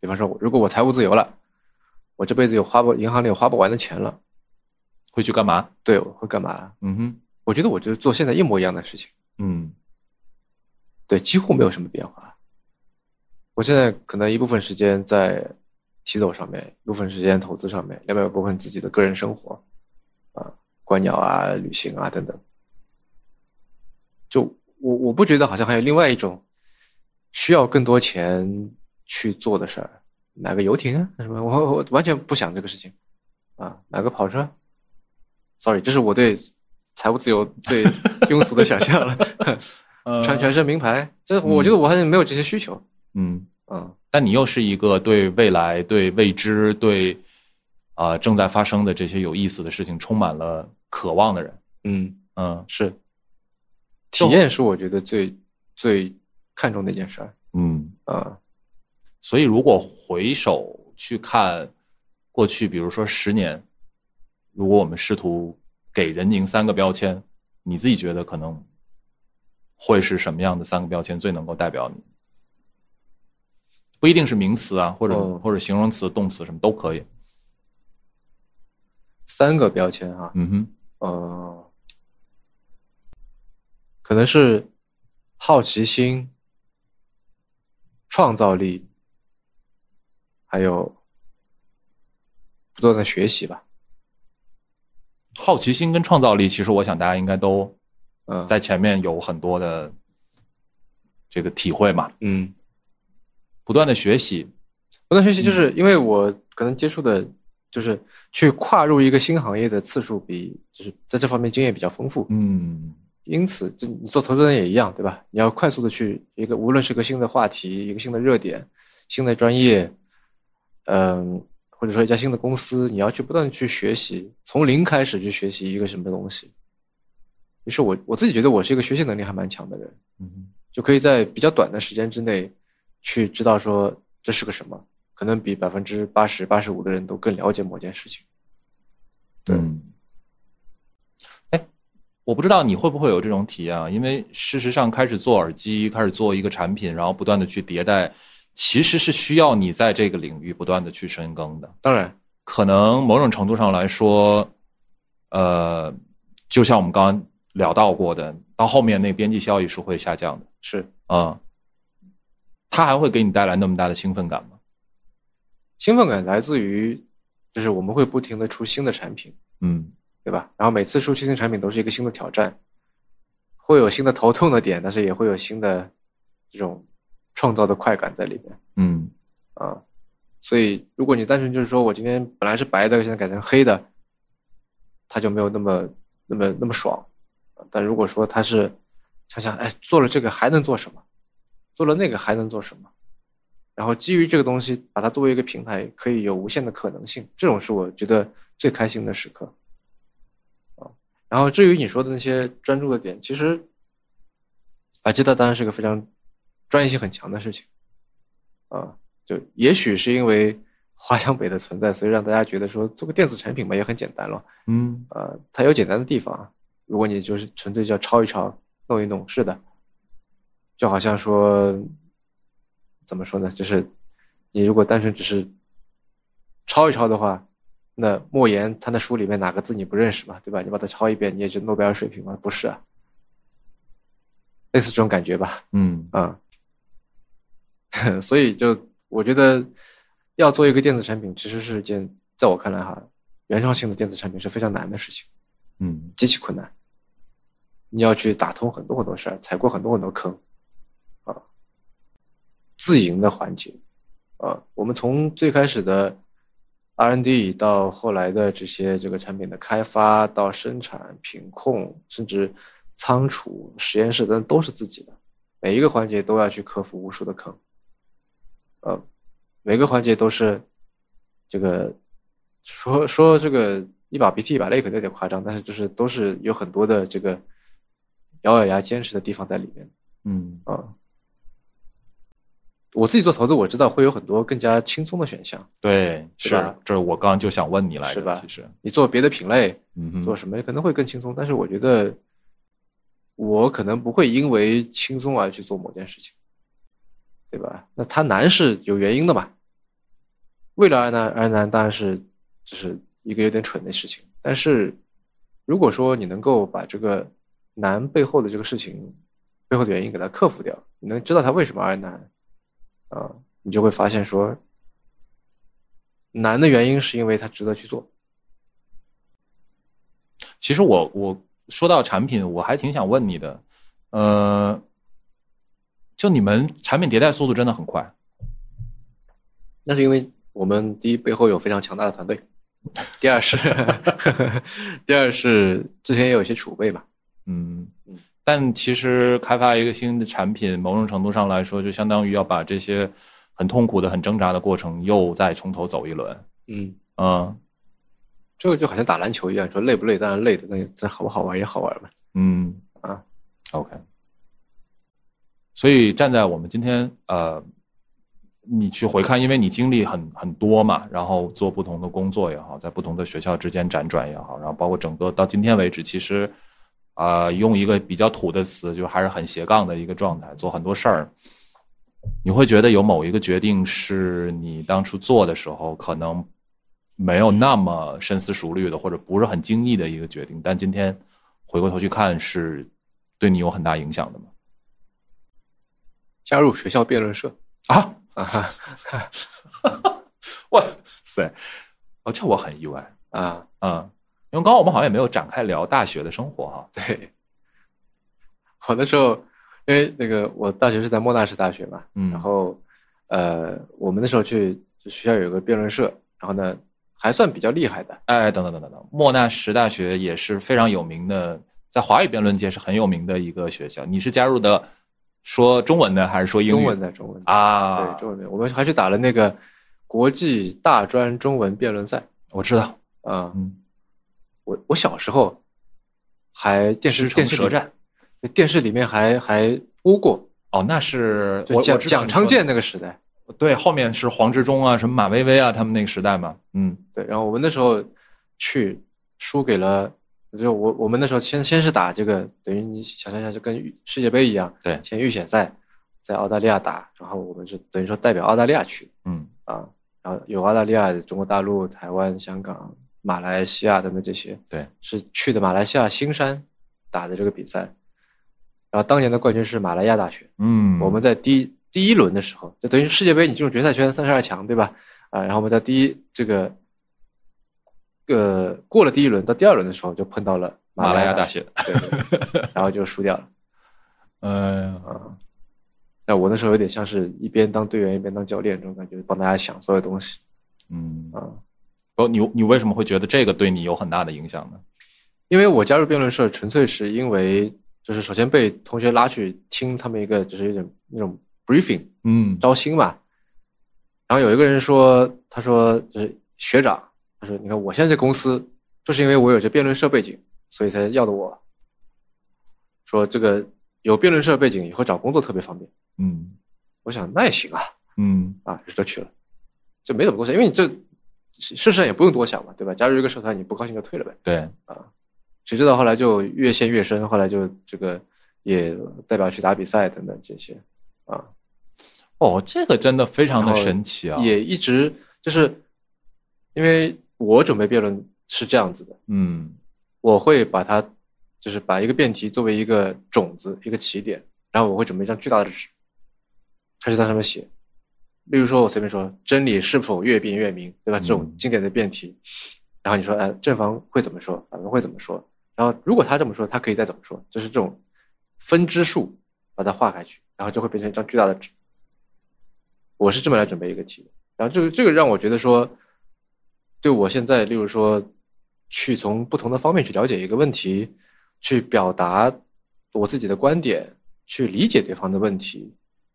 Speaker 3: 比方说，如果我财务自由了，我这辈子有花不银行里有花不完的钱了，
Speaker 1: 会去干嘛？
Speaker 3: 对，我会干嘛？
Speaker 1: 嗯哼，
Speaker 3: 我觉得我就做现在一模一样的事情，
Speaker 1: 嗯
Speaker 3: 对，几乎没有什么变化。我现在可能一部分时间在骑走上面，一部分时间投资上面，另外一部分自己的个人生活，啊，观鸟啊、旅行啊等等。就我我不觉得好像还有另外一种需要更多钱去做的事儿，买个游艇啊什么，我我完全不想这个事情，啊，买个跑车。Sorry，这是我对财务自由最庸俗的想象了。穿全身名牌，这我觉得我还是没有这些需求。
Speaker 1: 嗯。
Speaker 3: 嗯，
Speaker 1: 但你又是一个对未来、对未知、对啊、呃正在发生的这些有意思的事情充满了渴望的人。
Speaker 3: 嗯，
Speaker 1: 嗯
Speaker 3: 是，体验是我觉得最最看重的一件事儿。
Speaker 1: 嗯，
Speaker 3: 啊、
Speaker 1: 所以如果回首去看过去，比如说十年，如果我们试图给任宁三个标签，你自己觉得可能会是什么样的三个标签最能够代表你？不一定是名词啊，或者、
Speaker 3: 嗯
Speaker 1: 或者形容词、动词什么都可以。
Speaker 3: 三个标签啊，
Speaker 1: 嗯哼，
Speaker 3: 呃，可能是好奇心、创造力，还有不断的学习吧。
Speaker 1: 好奇心跟创造力，其实我想大家应该都呃
Speaker 3: 嗯，
Speaker 1: 在前面有很多的这个体会嘛，
Speaker 3: 嗯，
Speaker 1: 不断的学习，
Speaker 3: 不断学习，就是因为我可能接触的，就是去跨入一个新行业的次数比，就是在这方面经验比较丰富。
Speaker 1: 嗯
Speaker 3: 因此，就你做投资人也一样，对吧？你要快速的去一个，无论是个新的话题、一个新的热点、新的专业，嗯，或者说一家新的公司，你要去不断的去学习，从零开始去学习一个什么东西。于是我我自己觉得我是一个学习能力还蛮强的人，
Speaker 1: 嗯
Speaker 3: 就可以在比较短的时间之内去知道说这是个什么，可能比百分之八十、八十五的人都更了解某件事情。对
Speaker 1: 嗯。哎，我不知道你会不会有这种体验啊？因为事实上，开始做耳机，开始做一个产品，然后不断的去迭代，其实是需要你在这个领域不断的去深耕的。
Speaker 3: 当然，
Speaker 1: 可能某种程度上来说，呃，就像我们刚刚聊到过的，到后面那边际效益是会下降的。
Speaker 3: 是
Speaker 1: 啊、它还会给你带来那么大的兴奋感吗？
Speaker 3: 兴奋感来自于，就是我们会不停的出新的产品，
Speaker 1: 嗯
Speaker 3: 对吧？然后每次出新的产品都是一个新的挑战，会有新的头痛的点，但是也会有新的这种创造的快感在里面
Speaker 1: 嗯
Speaker 3: 啊。所以，如果你单纯就是说我今天本来是白的，现在改成黑的，它就没有那么那么那么爽。但如果说它是想想，哎，做了这个还能做什么？做了那个还能做什么？然后基于这个东西，把它作为一个平台，可以有无限的可能性。这种是我觉得最开心的时刻。啊然后至于你说的那些专注的点，其实啊，这当然是个非常专业性很强的事情啊。就也许是因为华强北的存在，所以让大家觉得说做个电子产品嘛也很简单了。
Speaker 1: 嗯
Speaker 3: 呃，它有简单的地方啊，如果你就是纯粹叫抄一抄、弄一弄，是的，就好像说怎么说呢，就是你如果单纯只是抄一抄的话，那莫言他那书里面哪个字你不认识嘛，对吧？你把它抄一遍，你也就诺贝尔水平嘛，不是啊？类似这种感觉吧，
Speaker 1: 嗯
Speaker 3: 啊、 所以就我觉得要做一个电子产品，其实是一件在我看来哈，原创性的电子产品是非常难的事情，
Speaker 1: 嗯
Speaker 3: 极其困难。你要去打通很多很多事儿，踩过很多很多坑，啊，自营的环节，啊，我们从最开始的 R&D 到后来的这些这个产品的开发，到生产、品控，甚至仓储、实验室等都是自己的，每一个环节都要去克服无数的坑，呃，每个环节都是这个说说这个一把鼻涕一把泪可能有点夸张，但是就是都是有很多的这个咬咬牙坚持的地方在里面
Speaker 1: 嗯
Speaker 3: 啊、我自己做投资，我知道会有很多更加轻松的选项。
Speaker 1: 对，
Speaker 3: 是
Speaker 1: 是
Speaker 3: 吧，
Speaker 1: 这是我刚刚就想问你来
Speaker 3: 是
Speaker 1: 着，
Speaker 3: 吧
Speaker 1: 其实，
Speaker 3: 你做别的品类，
Speaker 1: 嗯哼，
Speaker 3: 做什么可能会更轻松，但是我觉得我可能不会因为轻松而去做某件事情，对吧？那它难是有原因的嘛？为了而难而难，当然是就是一个有点蠢的事情。但是如果说你能够把这个难背后的这个事情背后的原因给它克服掉，你能知道它为什么而难啊、你就会发现说难的原因是因为它值得去做。
Speaker 1: 其实我我说到产品，我还挺想问你的，呃，就你们产品迭代速度真的很快，
Speaker 3: 那是因为我们第一背后有非常强大的团队，第 二是第二是之前也有一些储备吧。
Speaker 1: 嗯
Speaker 3: 嗯，
Speaker 1: 但其实开发一个新的产品，某种程度上来说，就相当于要把这些很痛苦的、很挣扎的过程又再从头走一轮，
Speaker 3: 嗯，
Speaker 1: 嗯
Speaker 3: 这个就好像打篮球一样，说累不累？当然累的，但但好不好玩也好玩嘛。
Speaker 1: 嗯
Speaker 3: 啊
Speaker 1: ，OK。所以站在我们今天呃，你去回看，因为你经历很很多嘛，然后做不同的工作也好，在不同的学校之间辗转也好，然后包括整个到今天为止，其实啊，用一个比较土的词，就还是很斜杠的一个状态，做很多事儿，你会觉得有某一个决定是你当初做的时候可能没有那么深思熟虑的，或者不是很精意的一个决定，但今天回过头去看，是对你有很大影响的吗？
Speaker 3: 加入学校辩论社
Speaker 1: 啊，
Speaker 3: 啊哈
Speaker 1: 哇塞，哦，这我很意外
Speaker 3: 啊，
Speaker 1: 啊、嗯，因为刚刚我们好像也没有展开聊大学的生活哈，
Speaker 3: 对。我那时候，因为那个我大学是在莫纳什大学嘛，
Speaker 1: 嗯
Speaker 3: 然后呃，我们那时候去就学校有个辩论社，然后呢还算比较厉害的，
Speaker 1: 哎，等等等等等，莫纳什大学也是非常有名的，在华语辩论界是很有名的一个学校。你是加入的说中文的还是说英语？
Speaker 3: 中文的中文的
Speaker 1: 啊，
Speaker 3: 对中文的，我们还去打了那个国际大专中文辩论赛
Speaker 1: 我知道，
Speaker 3: 啊、
Speaker 1: 嗯，
Speaker 3: 我我小时候还电视
Speaker 1: 师承
Speaker 3: 电视里
Speaker 1: 舌战。
Speaker 3: 对电视里面还还播过，
Speaker 1: 哦，那是
Speaker 3: 就
Speaker 1: 我
Speaker 3: 蒋
Speaker 1: 我知道
Speaker 3: 蒋
Speaker 1: 你
Speaker 3: 昌
Speaker 1: 说的
Speaker 3: 建那个时代。
Speaker 1: 对，后面是黄志忠啊，什么马薇薇啊，他们那个时代嘛，嗯
Speaker 3: 对，然后我们那时候去输给了，就我我们那时候先先是打这个，等于你想象一下，就跟预世界杯一样，
Speaker 1: 对
Speaker 3: 先预选赛在澳大利亚打，然后我们是等于说代表澳大利亚去
Speaker 1: 嗯
Speaker 3: 啊，然后有澳大利亚、中国大陆、台湾、香港、马来西亚等等这些，
Speaker 1: 对，
Speaker 3: 是去的马来西亚新山打的这个比赛，然后当年的冠军是马来亚大学，
Speaker 1: 嗯，
Speaker 3: 我们在第一第一轮的时候，就等于世界杯你进入决赛圈三十二强，对吧？啊、然后我们在第一这个呃过了第一轮到第二轮的时候，就碰到了
Speaker 1: 马
Speaker 3: 来
Speaker 1: 来亚
Speaker 3: 大
Speaker 1: 大，学，
Speaker 3: 对对对然后就输掉了。
Speaker 1: 嗯、
Speaker 3: 那我那时候有点像是一边当队员一边当教练这种感觉，帮大家想所有东西
Speaker 1: 嗯，
Speaker 3: 啊、
Speaker 1: 不，你你为什么会觉得这个对你有很大的影响呢？
Speaker 3: 因为我加入辩论社，纯粹是因为就是首先被同学拉去听他们一个就是有点那种 briefing，
Speaker 1: 嗯
Speaker 3: 招新嘛。然后有一个人说，他说就是学长，他说你看我现在这公司，就是因为我有这辩论社背景，所以才要的我。说这个有辩论社背景以后找工作特别方便。
Speaker 1: 嗯
Speaker 3: 我想那也行啊，
Speaker 1: 嗯
Speaker 3: 啊，于是就去了，这没怎么过事，因为你这事实上也不用多想嘛，对吧？加入一个社团，你不高兴就退了呗。
Speaker 1: 对，
Speaker 3: 谁知道后来就越陷越深，后来就这个也代表去打比赛等等这些，啊，
Speaker 1: 哦，这个真的非常的
Speaker 3: 然后
Speaker 1: 神奇啊，
Speaker 3: 也一直就是，因为我准备辩论是这样子的，
Speaker 1: 嗯。
Speaker 3: 我会把它就是把一个辩题作为一个种子，一个起点，然后我会准备一张巨大的纸，开始在上面写。例如说，我随便说真理是否越辩越明，对吧？
Speaker 1: 嗯
Speaker 3: 这种经典的辩题，然后你说，哎，正方会怎么说，反方会怎么说？然后如果他这么说，他可以再怎么说？就是这种分支数，把它划开去，然后就会变成一张巨大的纸。我是这么来准备一个题的。然后这个这个让我觉得说，对我现在，例如说，去从不同的方面去了解一个问题，去表达我自己的观点，去理解对方的问题，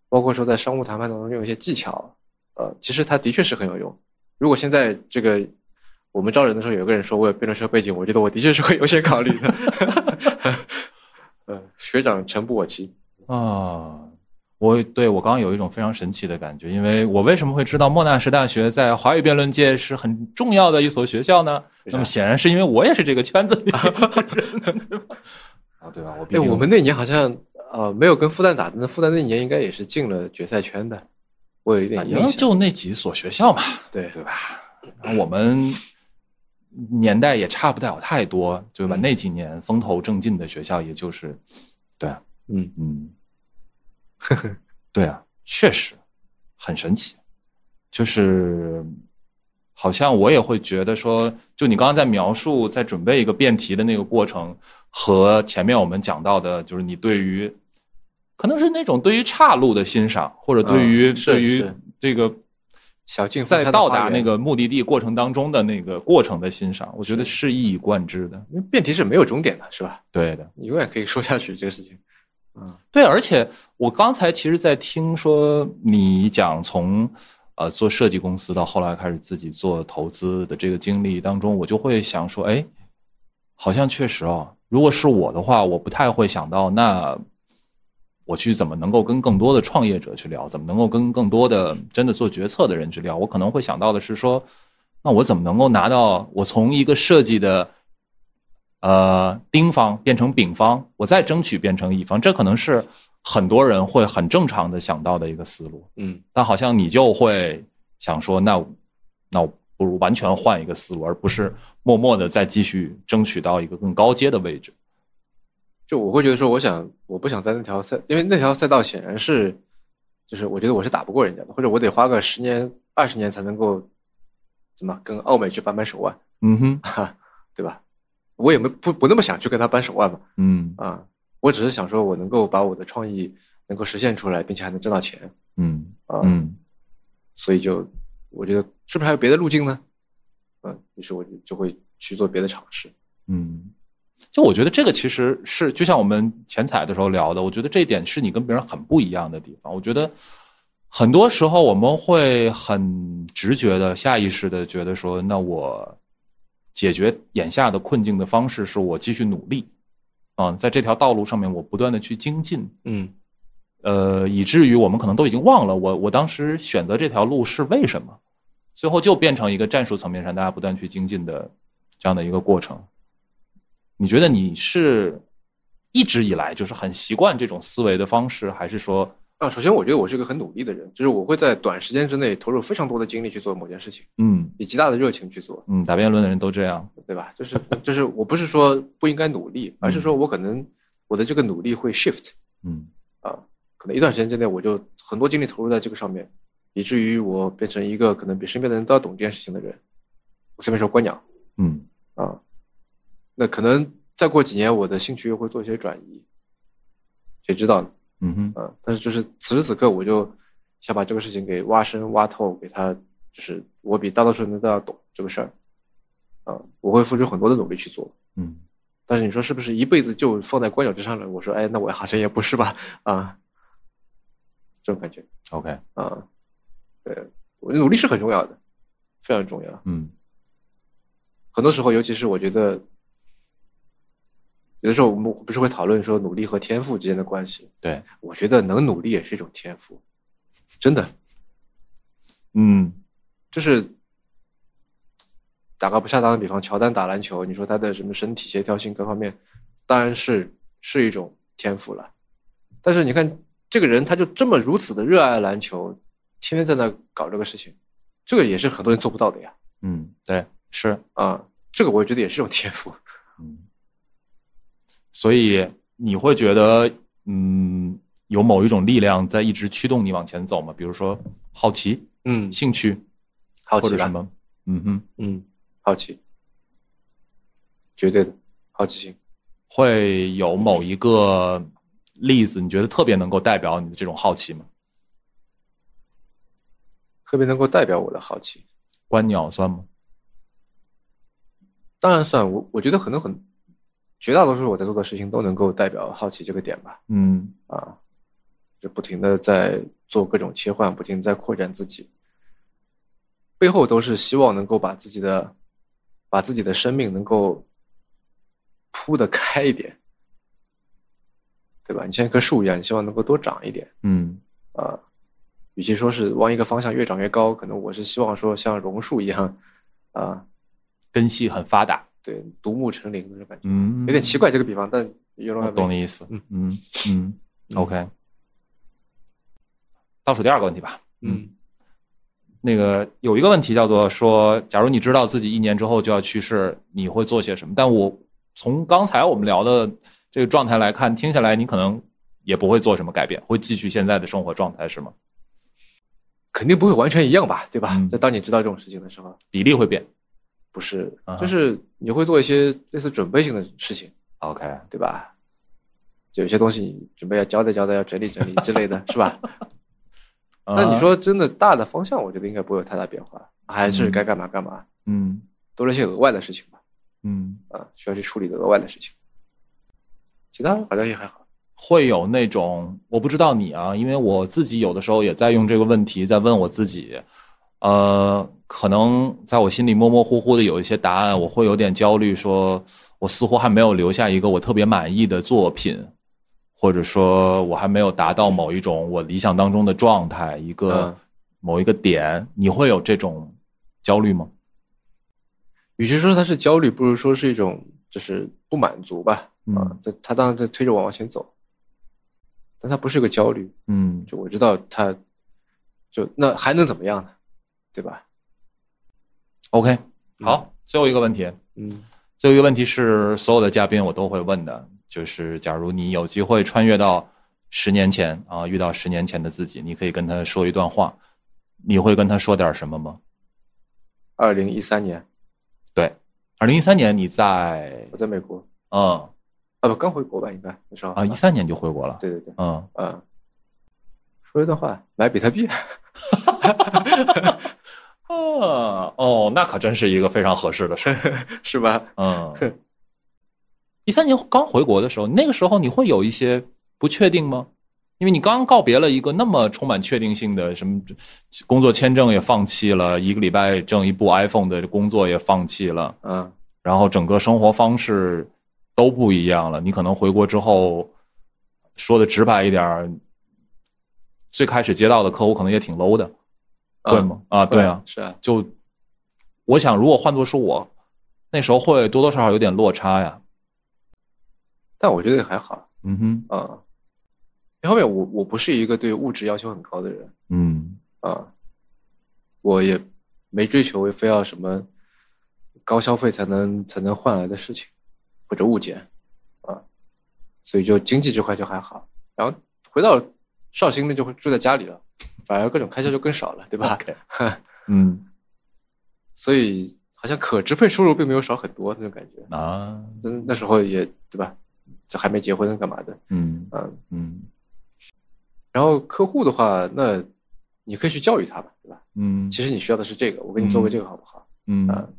Speaker 3: 包括说在商务谈判当中用一些技巧，呃，其实它的确是很有用。如果现在这个我们招人的时候，有个人说我有辩论社背景，我觉得我的确是会优先考虑的。 呃，学长诚不我欺。
Speaker 1: 啊，我对我刚刚有一种非常神奇的感觉，因为我为什么会知道莫纳什大学在华语辩论界是很重要的一所学校呢？
Speaker 3: 为
Speaker 1: 那
Speaker 3: 啥
Speaker 1: 么显然是因为我也是这个圈子里的人啊，对吧？我毕
Speaker 3: 哎，
Speaker 1: 竟
Speaker 3: 我们那年好像呃没有跟复旦打的，那复旦那年应该也是进了决赛圈的，我有一点
Speaker 1: 反
Speaker 3: 印
Speaker 1: 正
Speaker 3: 象。
Speaker 1: 就那几所学校嘛，
Speaker 3: 对
Speaker 1: 对吧？然后我们年代也差不了太多，对吧？
Speaker 3: 嗯
Speaker 1: 那几年风头正劲的学校，也就是，对啊，
Speaker 3: 嗯
Speaker 1: 嗯， 对啊，确实很神奇，就是好像我也会觉得说，就你刚刚在描述在准备一个辩题的那个过程，和前面我们讲到的，就是你对于可能是那种对于岔路的欣赏，或者对于、
Speaker 3: 嗯是
Speaker 1: 对于
Speaker 3: 是
Speaker 1: 这个
Speaker 3: 小径分
Speaker 1: 在
Speaker 3: 开的
Speaker 1: 到
Speaker 3: 花
Speaker 1: 达
Speaker 3: 园
Speaker 1: 那，个目的地过程当中的那个过程的欣赏，我觉得是一以贯之的。
Speaker 3: 因为辩题是没有终点的，是吧？
Speaker 1: 对的，
Speaker 3: 你永远可以说下去这个事情。嗯，
Speaker 1: 对，而且我刚才其实，在听说你讲从呃做设计公司到后来开始自己做投资的这个经历当中，我就会想说，哎，好像确实哦，如果是我的话，我不太会想到那。我去怎么能够跟更多的创业者去聊？怎么能够跟更多的真的做决策的人去聊？我可能会想到的是说，那我怎么能够拿到我从一个设计的呃丁方变成丙方，我再争取变成乙方，这可能是很多人会很正常的想到的一个思路。
Speaker 3: 嗯，
Speaker 1: 但好像你就会想说，那那我不如完全换一个思路，而不是默默的再继续争取到一个更高阶的位置。
Speaker 3: 就我会觉得说，我想我不想在那条赛，因为那条赛道显然是，就是我觉得我是打不过人家的，或者我得花个十年二十年才能够，怎么跟奥美去扳扳手腕，
Speaker 1: 嗯哼，
Speaker 3: 对吧？我也没不不那么想去跟他扳手腕嘛，
Speaker 1: 嗯
Speaker 3: 啊，我只是想说我能够把我的创意能够实现出来，并且还能挣到钱
Speaker 1: 嗯
Speaker 3: 啊，
Speaker 1: 嗯，
Speaker 3: 所以就我觉得是不是还有别的路径呢？嗯，于是我就就会去做别的尝试。
Speaker 1: 嗯，就我觉得这个其实是就像我们前采的时候聊的，我觉得这一点是你跟别人很不一样的地方。我觉得很多时候我们会很直觉的、下意识的觉得说，那我解决眼下的困境的方式是我继续努力，啊，在这条道路上面我不断的去精进，
Speaker 3: 嗯
Speaker 1: 呃，以至于我们可能都已经忘了我我当时选择这条路是为什么，最后就变成一个战术层面上大家不断去精进的这样的一个过程。你觉得你是一直以来就是很习惯这种思维的方式，还是说，
Speaker 3: 啊，首先我觉得我是一个很努力的人，就是我会在短时间之内投入非常多的精力去做某件事情，
Speaker 1: 嗯
Speaker 3: 以极大的热情去做，
Speaker 1: 嗯，打辩论的人都这样，
Speaker 3: 对吧？就是就是我不是说不应该努力，而是说我可能我的这个努力会 shift，
Speaker 1: 嗯
Speaker 3: 啊可能一段时间之内我就很多精力投入在这个上面，以至于我变成一个可能比身边的人都要懂这件事情的人。我随便说观鸟
Speaker 1: 嗯
Speaker 3: 啊，那可能再过几年我的兴趣又会做一些转移，谁知道呢？
Speaker 1: 嗯哼
Speaker 3: 啊，但是就是此时此刻，我就想把这个事情给挖深、挖透，给他就是我比大多数人都要懂这个事儿，啊，我会付出很多的努力去做。
Speaker 1: 嗯
Speaker 3: 但是你说是不是一辈子就放在官僚之上了？我说，哎，那我好像也不是吧，啊，这种感觉
Speaker 1: ，OK，
Speaker 3: 啊，对，我觉得努力是很重要的，非常重要。
Speaker 1: 嗯
Speaker 3: 很多时候，尤其是我觉得，有的时候我们不是会讨论说努力和天赋之间的关系，
Speaker 1: 对，
Speaker 3: 我觉得能努力也是一种天赋，真的
Speaker 1: 嗯
Speaker 3: 就是打个不恰当的比方，乔丹打篮球，你说他的什么身体协调性各方面，当然是是一种天赋了。但是你看这个人，他就这么如此的热爱篮球，天天在那搞这个事情，这个也是很多人做不到的呀。
Speaker 1: 嗯，对，是，
Speaker 3: 啊，这个我觉得也是一种天赋。
Speaker 1: 嗯，所以你会觉得，嗯，有某一种力量在一直驱动你往前走吗？比如说好奇、
Speaker 3: 嗯
Speaker 1: 兴趣，
Speaker 3: 好
Speaker 1: 或者
Speaker 3: 奇
Speaker 1: 什
Speaker 3: 吧，
Speaker 1: 么？嗯哼，
Speaker 3: 嗯，好奇，绝对的好奇心。
Speaker 1: 会有某一个例子，你觉得特别能够代表你的这种好奇吗？
Speaker 3: 特别能够代表我的好奇。
Speaker 1: 观鸟算吗？
Speaker 3: 当然算我，我觉得可能很绝大多数我在做的事情都能够代表好奇这个点吧。
Speaker 1: 嗯
Speaker 3: 啊，就不停的在做各种切换，不停地在扩展自己，背后都是希望能够把自己的把自己的生命能够铺的开一点，对吧？你像一棵树一样，你希望能够多长一点。
Speaker 1: 嗯
Speaker 3: 啊，与其说是往一个方向越长越高，可能我是希望说像榕树一样，啊，
Speaker 1: 根系很发达。
Speaker 3: 对，独木成林那种感觉，
Speaker 1: 嗯，
Speaker 3: 有点奇怪这个比方，但有
Speaker 1: 我
Speaker 3: 种
Speaker 1: 懂你意思。
Speaker 3: 嗯
Speaker 1: 嗯嗯，OK。倒数第二个问题吧。
Speaker 3: 嗯
Speaker 1: 那个有一个问题叫做说，假如你知道自己一年之后就要去世，你会做些什么？但我从刚才我们聊的这个状态来看，听下来你可能也不会做什么改变，会继续现在的生活状态是吗？
Speaker 3: 肯定不会完全一样吧，对吧
Speaker 1: 嗯？
Speaker 3: 在当你知道这种事情的时候，
Speaker 1: 比例会变
Speaker 3: 不是
Speaker 1: 啊，哈
Speaker 3: 就是你会做一些类似准备性的事情，
Speaker 1: ？OK，
Speaker 3: 对吧？就有些东西你准备要交代交代，要整理整理之类的，是 吧？那你，说真的，大的方向我觉得应该不会有太大变化，还是该干嘛干嘛，
Speaker 1: 嗯
Speaker 3: 多了一些额外的事情吧。
Speaker 1: 嗯，
Speaker 3: 啊，需要去处理的额外的事情。其他好像也还好。
Speaker 1: 会有那种我不知道你啊，因为我自己有的时候也在用这个问题在问我自己，呃，可能在我心里模模糊糊的有一些答案，我会有点焦虑，说我似乎还没有留下一个我特别满意的作品，或者说我还没有达到某一种我理想当中的状态，一个
Speaker 3: 嗯
Speaker 1: 某一个点，你会有这种焦虑吗？
Speaker 3: 与其说它是焦虑，不如说是一种就是不满足吧，啊
Speaker 1: 嗯，
Speaker 3: 这他当然在推着我往前走，但他不是个焦虑，
Speaker 1: 嗯，
Speaker 3: 就我知道他，就那还能怎么样呢？对吧？
Speaker 1: OK，好，最后一个问题，
Speaker 3: 嗯
Speaker 1: 最后一个问题是所有的嘉宾我都会问的，就是假如你有机会穿越到十年前啊，遇到十年前的自己，你可以跟他说一段话，你会跟他说点什么吗？
Speaker 3: 二零一三年
Speaker 1: 对，二零一三年你在
Speaker 3: 我在美国
Speaker 1: 嗯
Speaker 3: 啊，不刚回国吧，应该那时候
Speaker 1: 啊一三年就回国了，
Speaker 3: 对对对，
Speaker 1: 嗯，
Speaker 3: 嗯，说一段话，买比特币，
Speaker 1: 啊哦，那可真是一个非常合适的事儿，
Speaker 3: 是吧？
Speaker 1: 嗯，一三年刚回国的时候，那个时候你会有一些不确定吗？因为你刚告别了一个那么充满确定性的什么工作签证也放弃了，一个礼拜挣一部 iPhone 的工作也放弃了，
Speaker 3: 嗯，
Speaker 1: 然后整个生活方式都不一样了。你可能回国之后，说的直白一点儿，最开始接到的客户可能也挺 low 的，
Speaker 3: 嗯
Speaker 1: 会吗？啊，对啊，
Speaker 3: 是啊，
Speaker 1: 就我想，如果换作是我，那时候会多多少少有点落差呀。
Speaker 3: 但我觉得还好，
Speaker 1: 嗯哼，
Speaker 3: 嗯。一方面，我我不是一个对物质要求很高的人，
Speaker 1: 嗯
Speaker 3: 啊，我也没追求非要什么高消费才能才能换来的事情或者物件啊，所以就经济这块就还好。然后回到绍兴那就会住在家里了，反而各种开销就更少了，对 吧
Speaker 1: OK 嗯
Speaker 3: 所以好像可支配收入并没有少很多那种感觉。
Speaker 1: 啊，
Speaker 3: 那那时候也对吧？就还没结婚干嘛的，
Speaker 1: 嗯
Speaker 3: 嗯。
Speaker 1: 嗯
Speaker 3: 然后客户的话，那你可以去教育他吧，对吧？
Speaker 1: 嗯
Speaker 3: 其实你需要的是这个，我给你做个这个好不好？啊
Speaker 1: 嗯，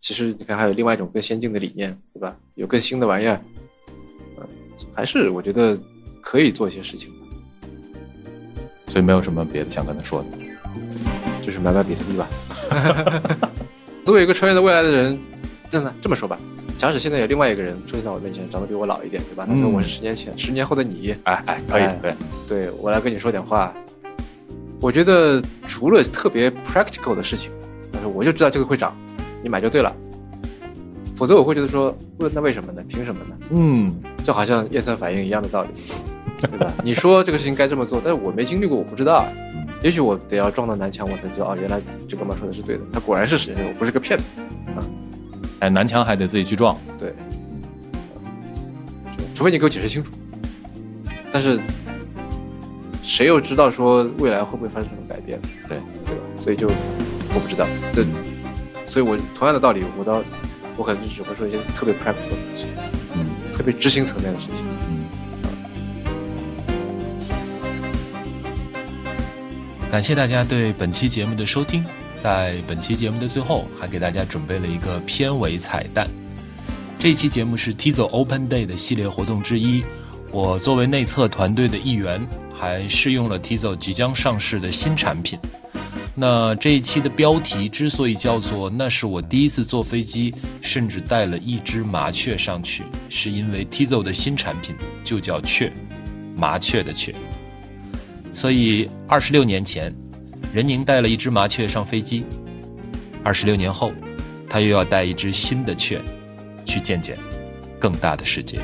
Speaker 3: 其实你看还有另外一种更先进的理念，对吧？有更新的玩意儿，嗯，还是我觉得可以做一些事情的，
Speaker 1: 所以没有什么别的想跟他说的。
Speaker 3: 就是买买比特币吧。作为一个穿越到未来的人，真的这么说吧，假使现在有另外一个人出现在我面前，长得比我老一点，对吧？他说
Speaker 1: 嗯
Speaker 3: 我是十年前、十年后的你，
Speaker 1: 哎哎，可以
Speaker 3: 哎
Speaker 1: 对，
Speaker 3: 对我来跟你说点话。我觉得除了特别 practical 的事情，但是我就知道这个会涨，你买就对了。否则我会觉得说，问那为什么呢？凭什么呢？
Speaker 1: 嗯
Speaker 3: 就好像叶三反应一样的道理，对吧？你说这个事情该这么做，但是我没经历过，我不知道啊。也许我得要撞到南墙，我才知道哦，原来这哥们儿说的是对的，他果然是神，我不是个骗子。
Speaker 1: 哎，南墙还得自己去撞。
Speaker 3: 对，就除非你给我解释清楚。但是谁又知道说未来会不会发生什么改变？
Speaker 1: 对
Speaker 3: 对吧？所以就我不知道。对，
Speaker 1: 嗯
Speaker 3: 所以我同样的道理，我到我可能就只会说一些特别 practical 的事情，
Speaker 1: 嗯
Speaker 3: 特别执行层面的事情。
Speaker 1: 嗯，
Speaker 4: 感谢大家对本期节目的收听。在本期节目的最后，还给大家准备了一个片尾彩蛋。这一期节目是 Tizo Open Day 的系列活动之一。我作为内测团队的一员，还试用了 Tizo 即将上市的新产品。那这一期的标题之所以叫做“那是我第一次坐飞机，甚至带了一只麻雀上去”，是因为 Tizo 的新产品就叫“雀”，麻雀的雀。所以二十六年前，任宁带了一只麻雀上飞机；二十六年后，他又要带一只新的雀去见见更大的世界。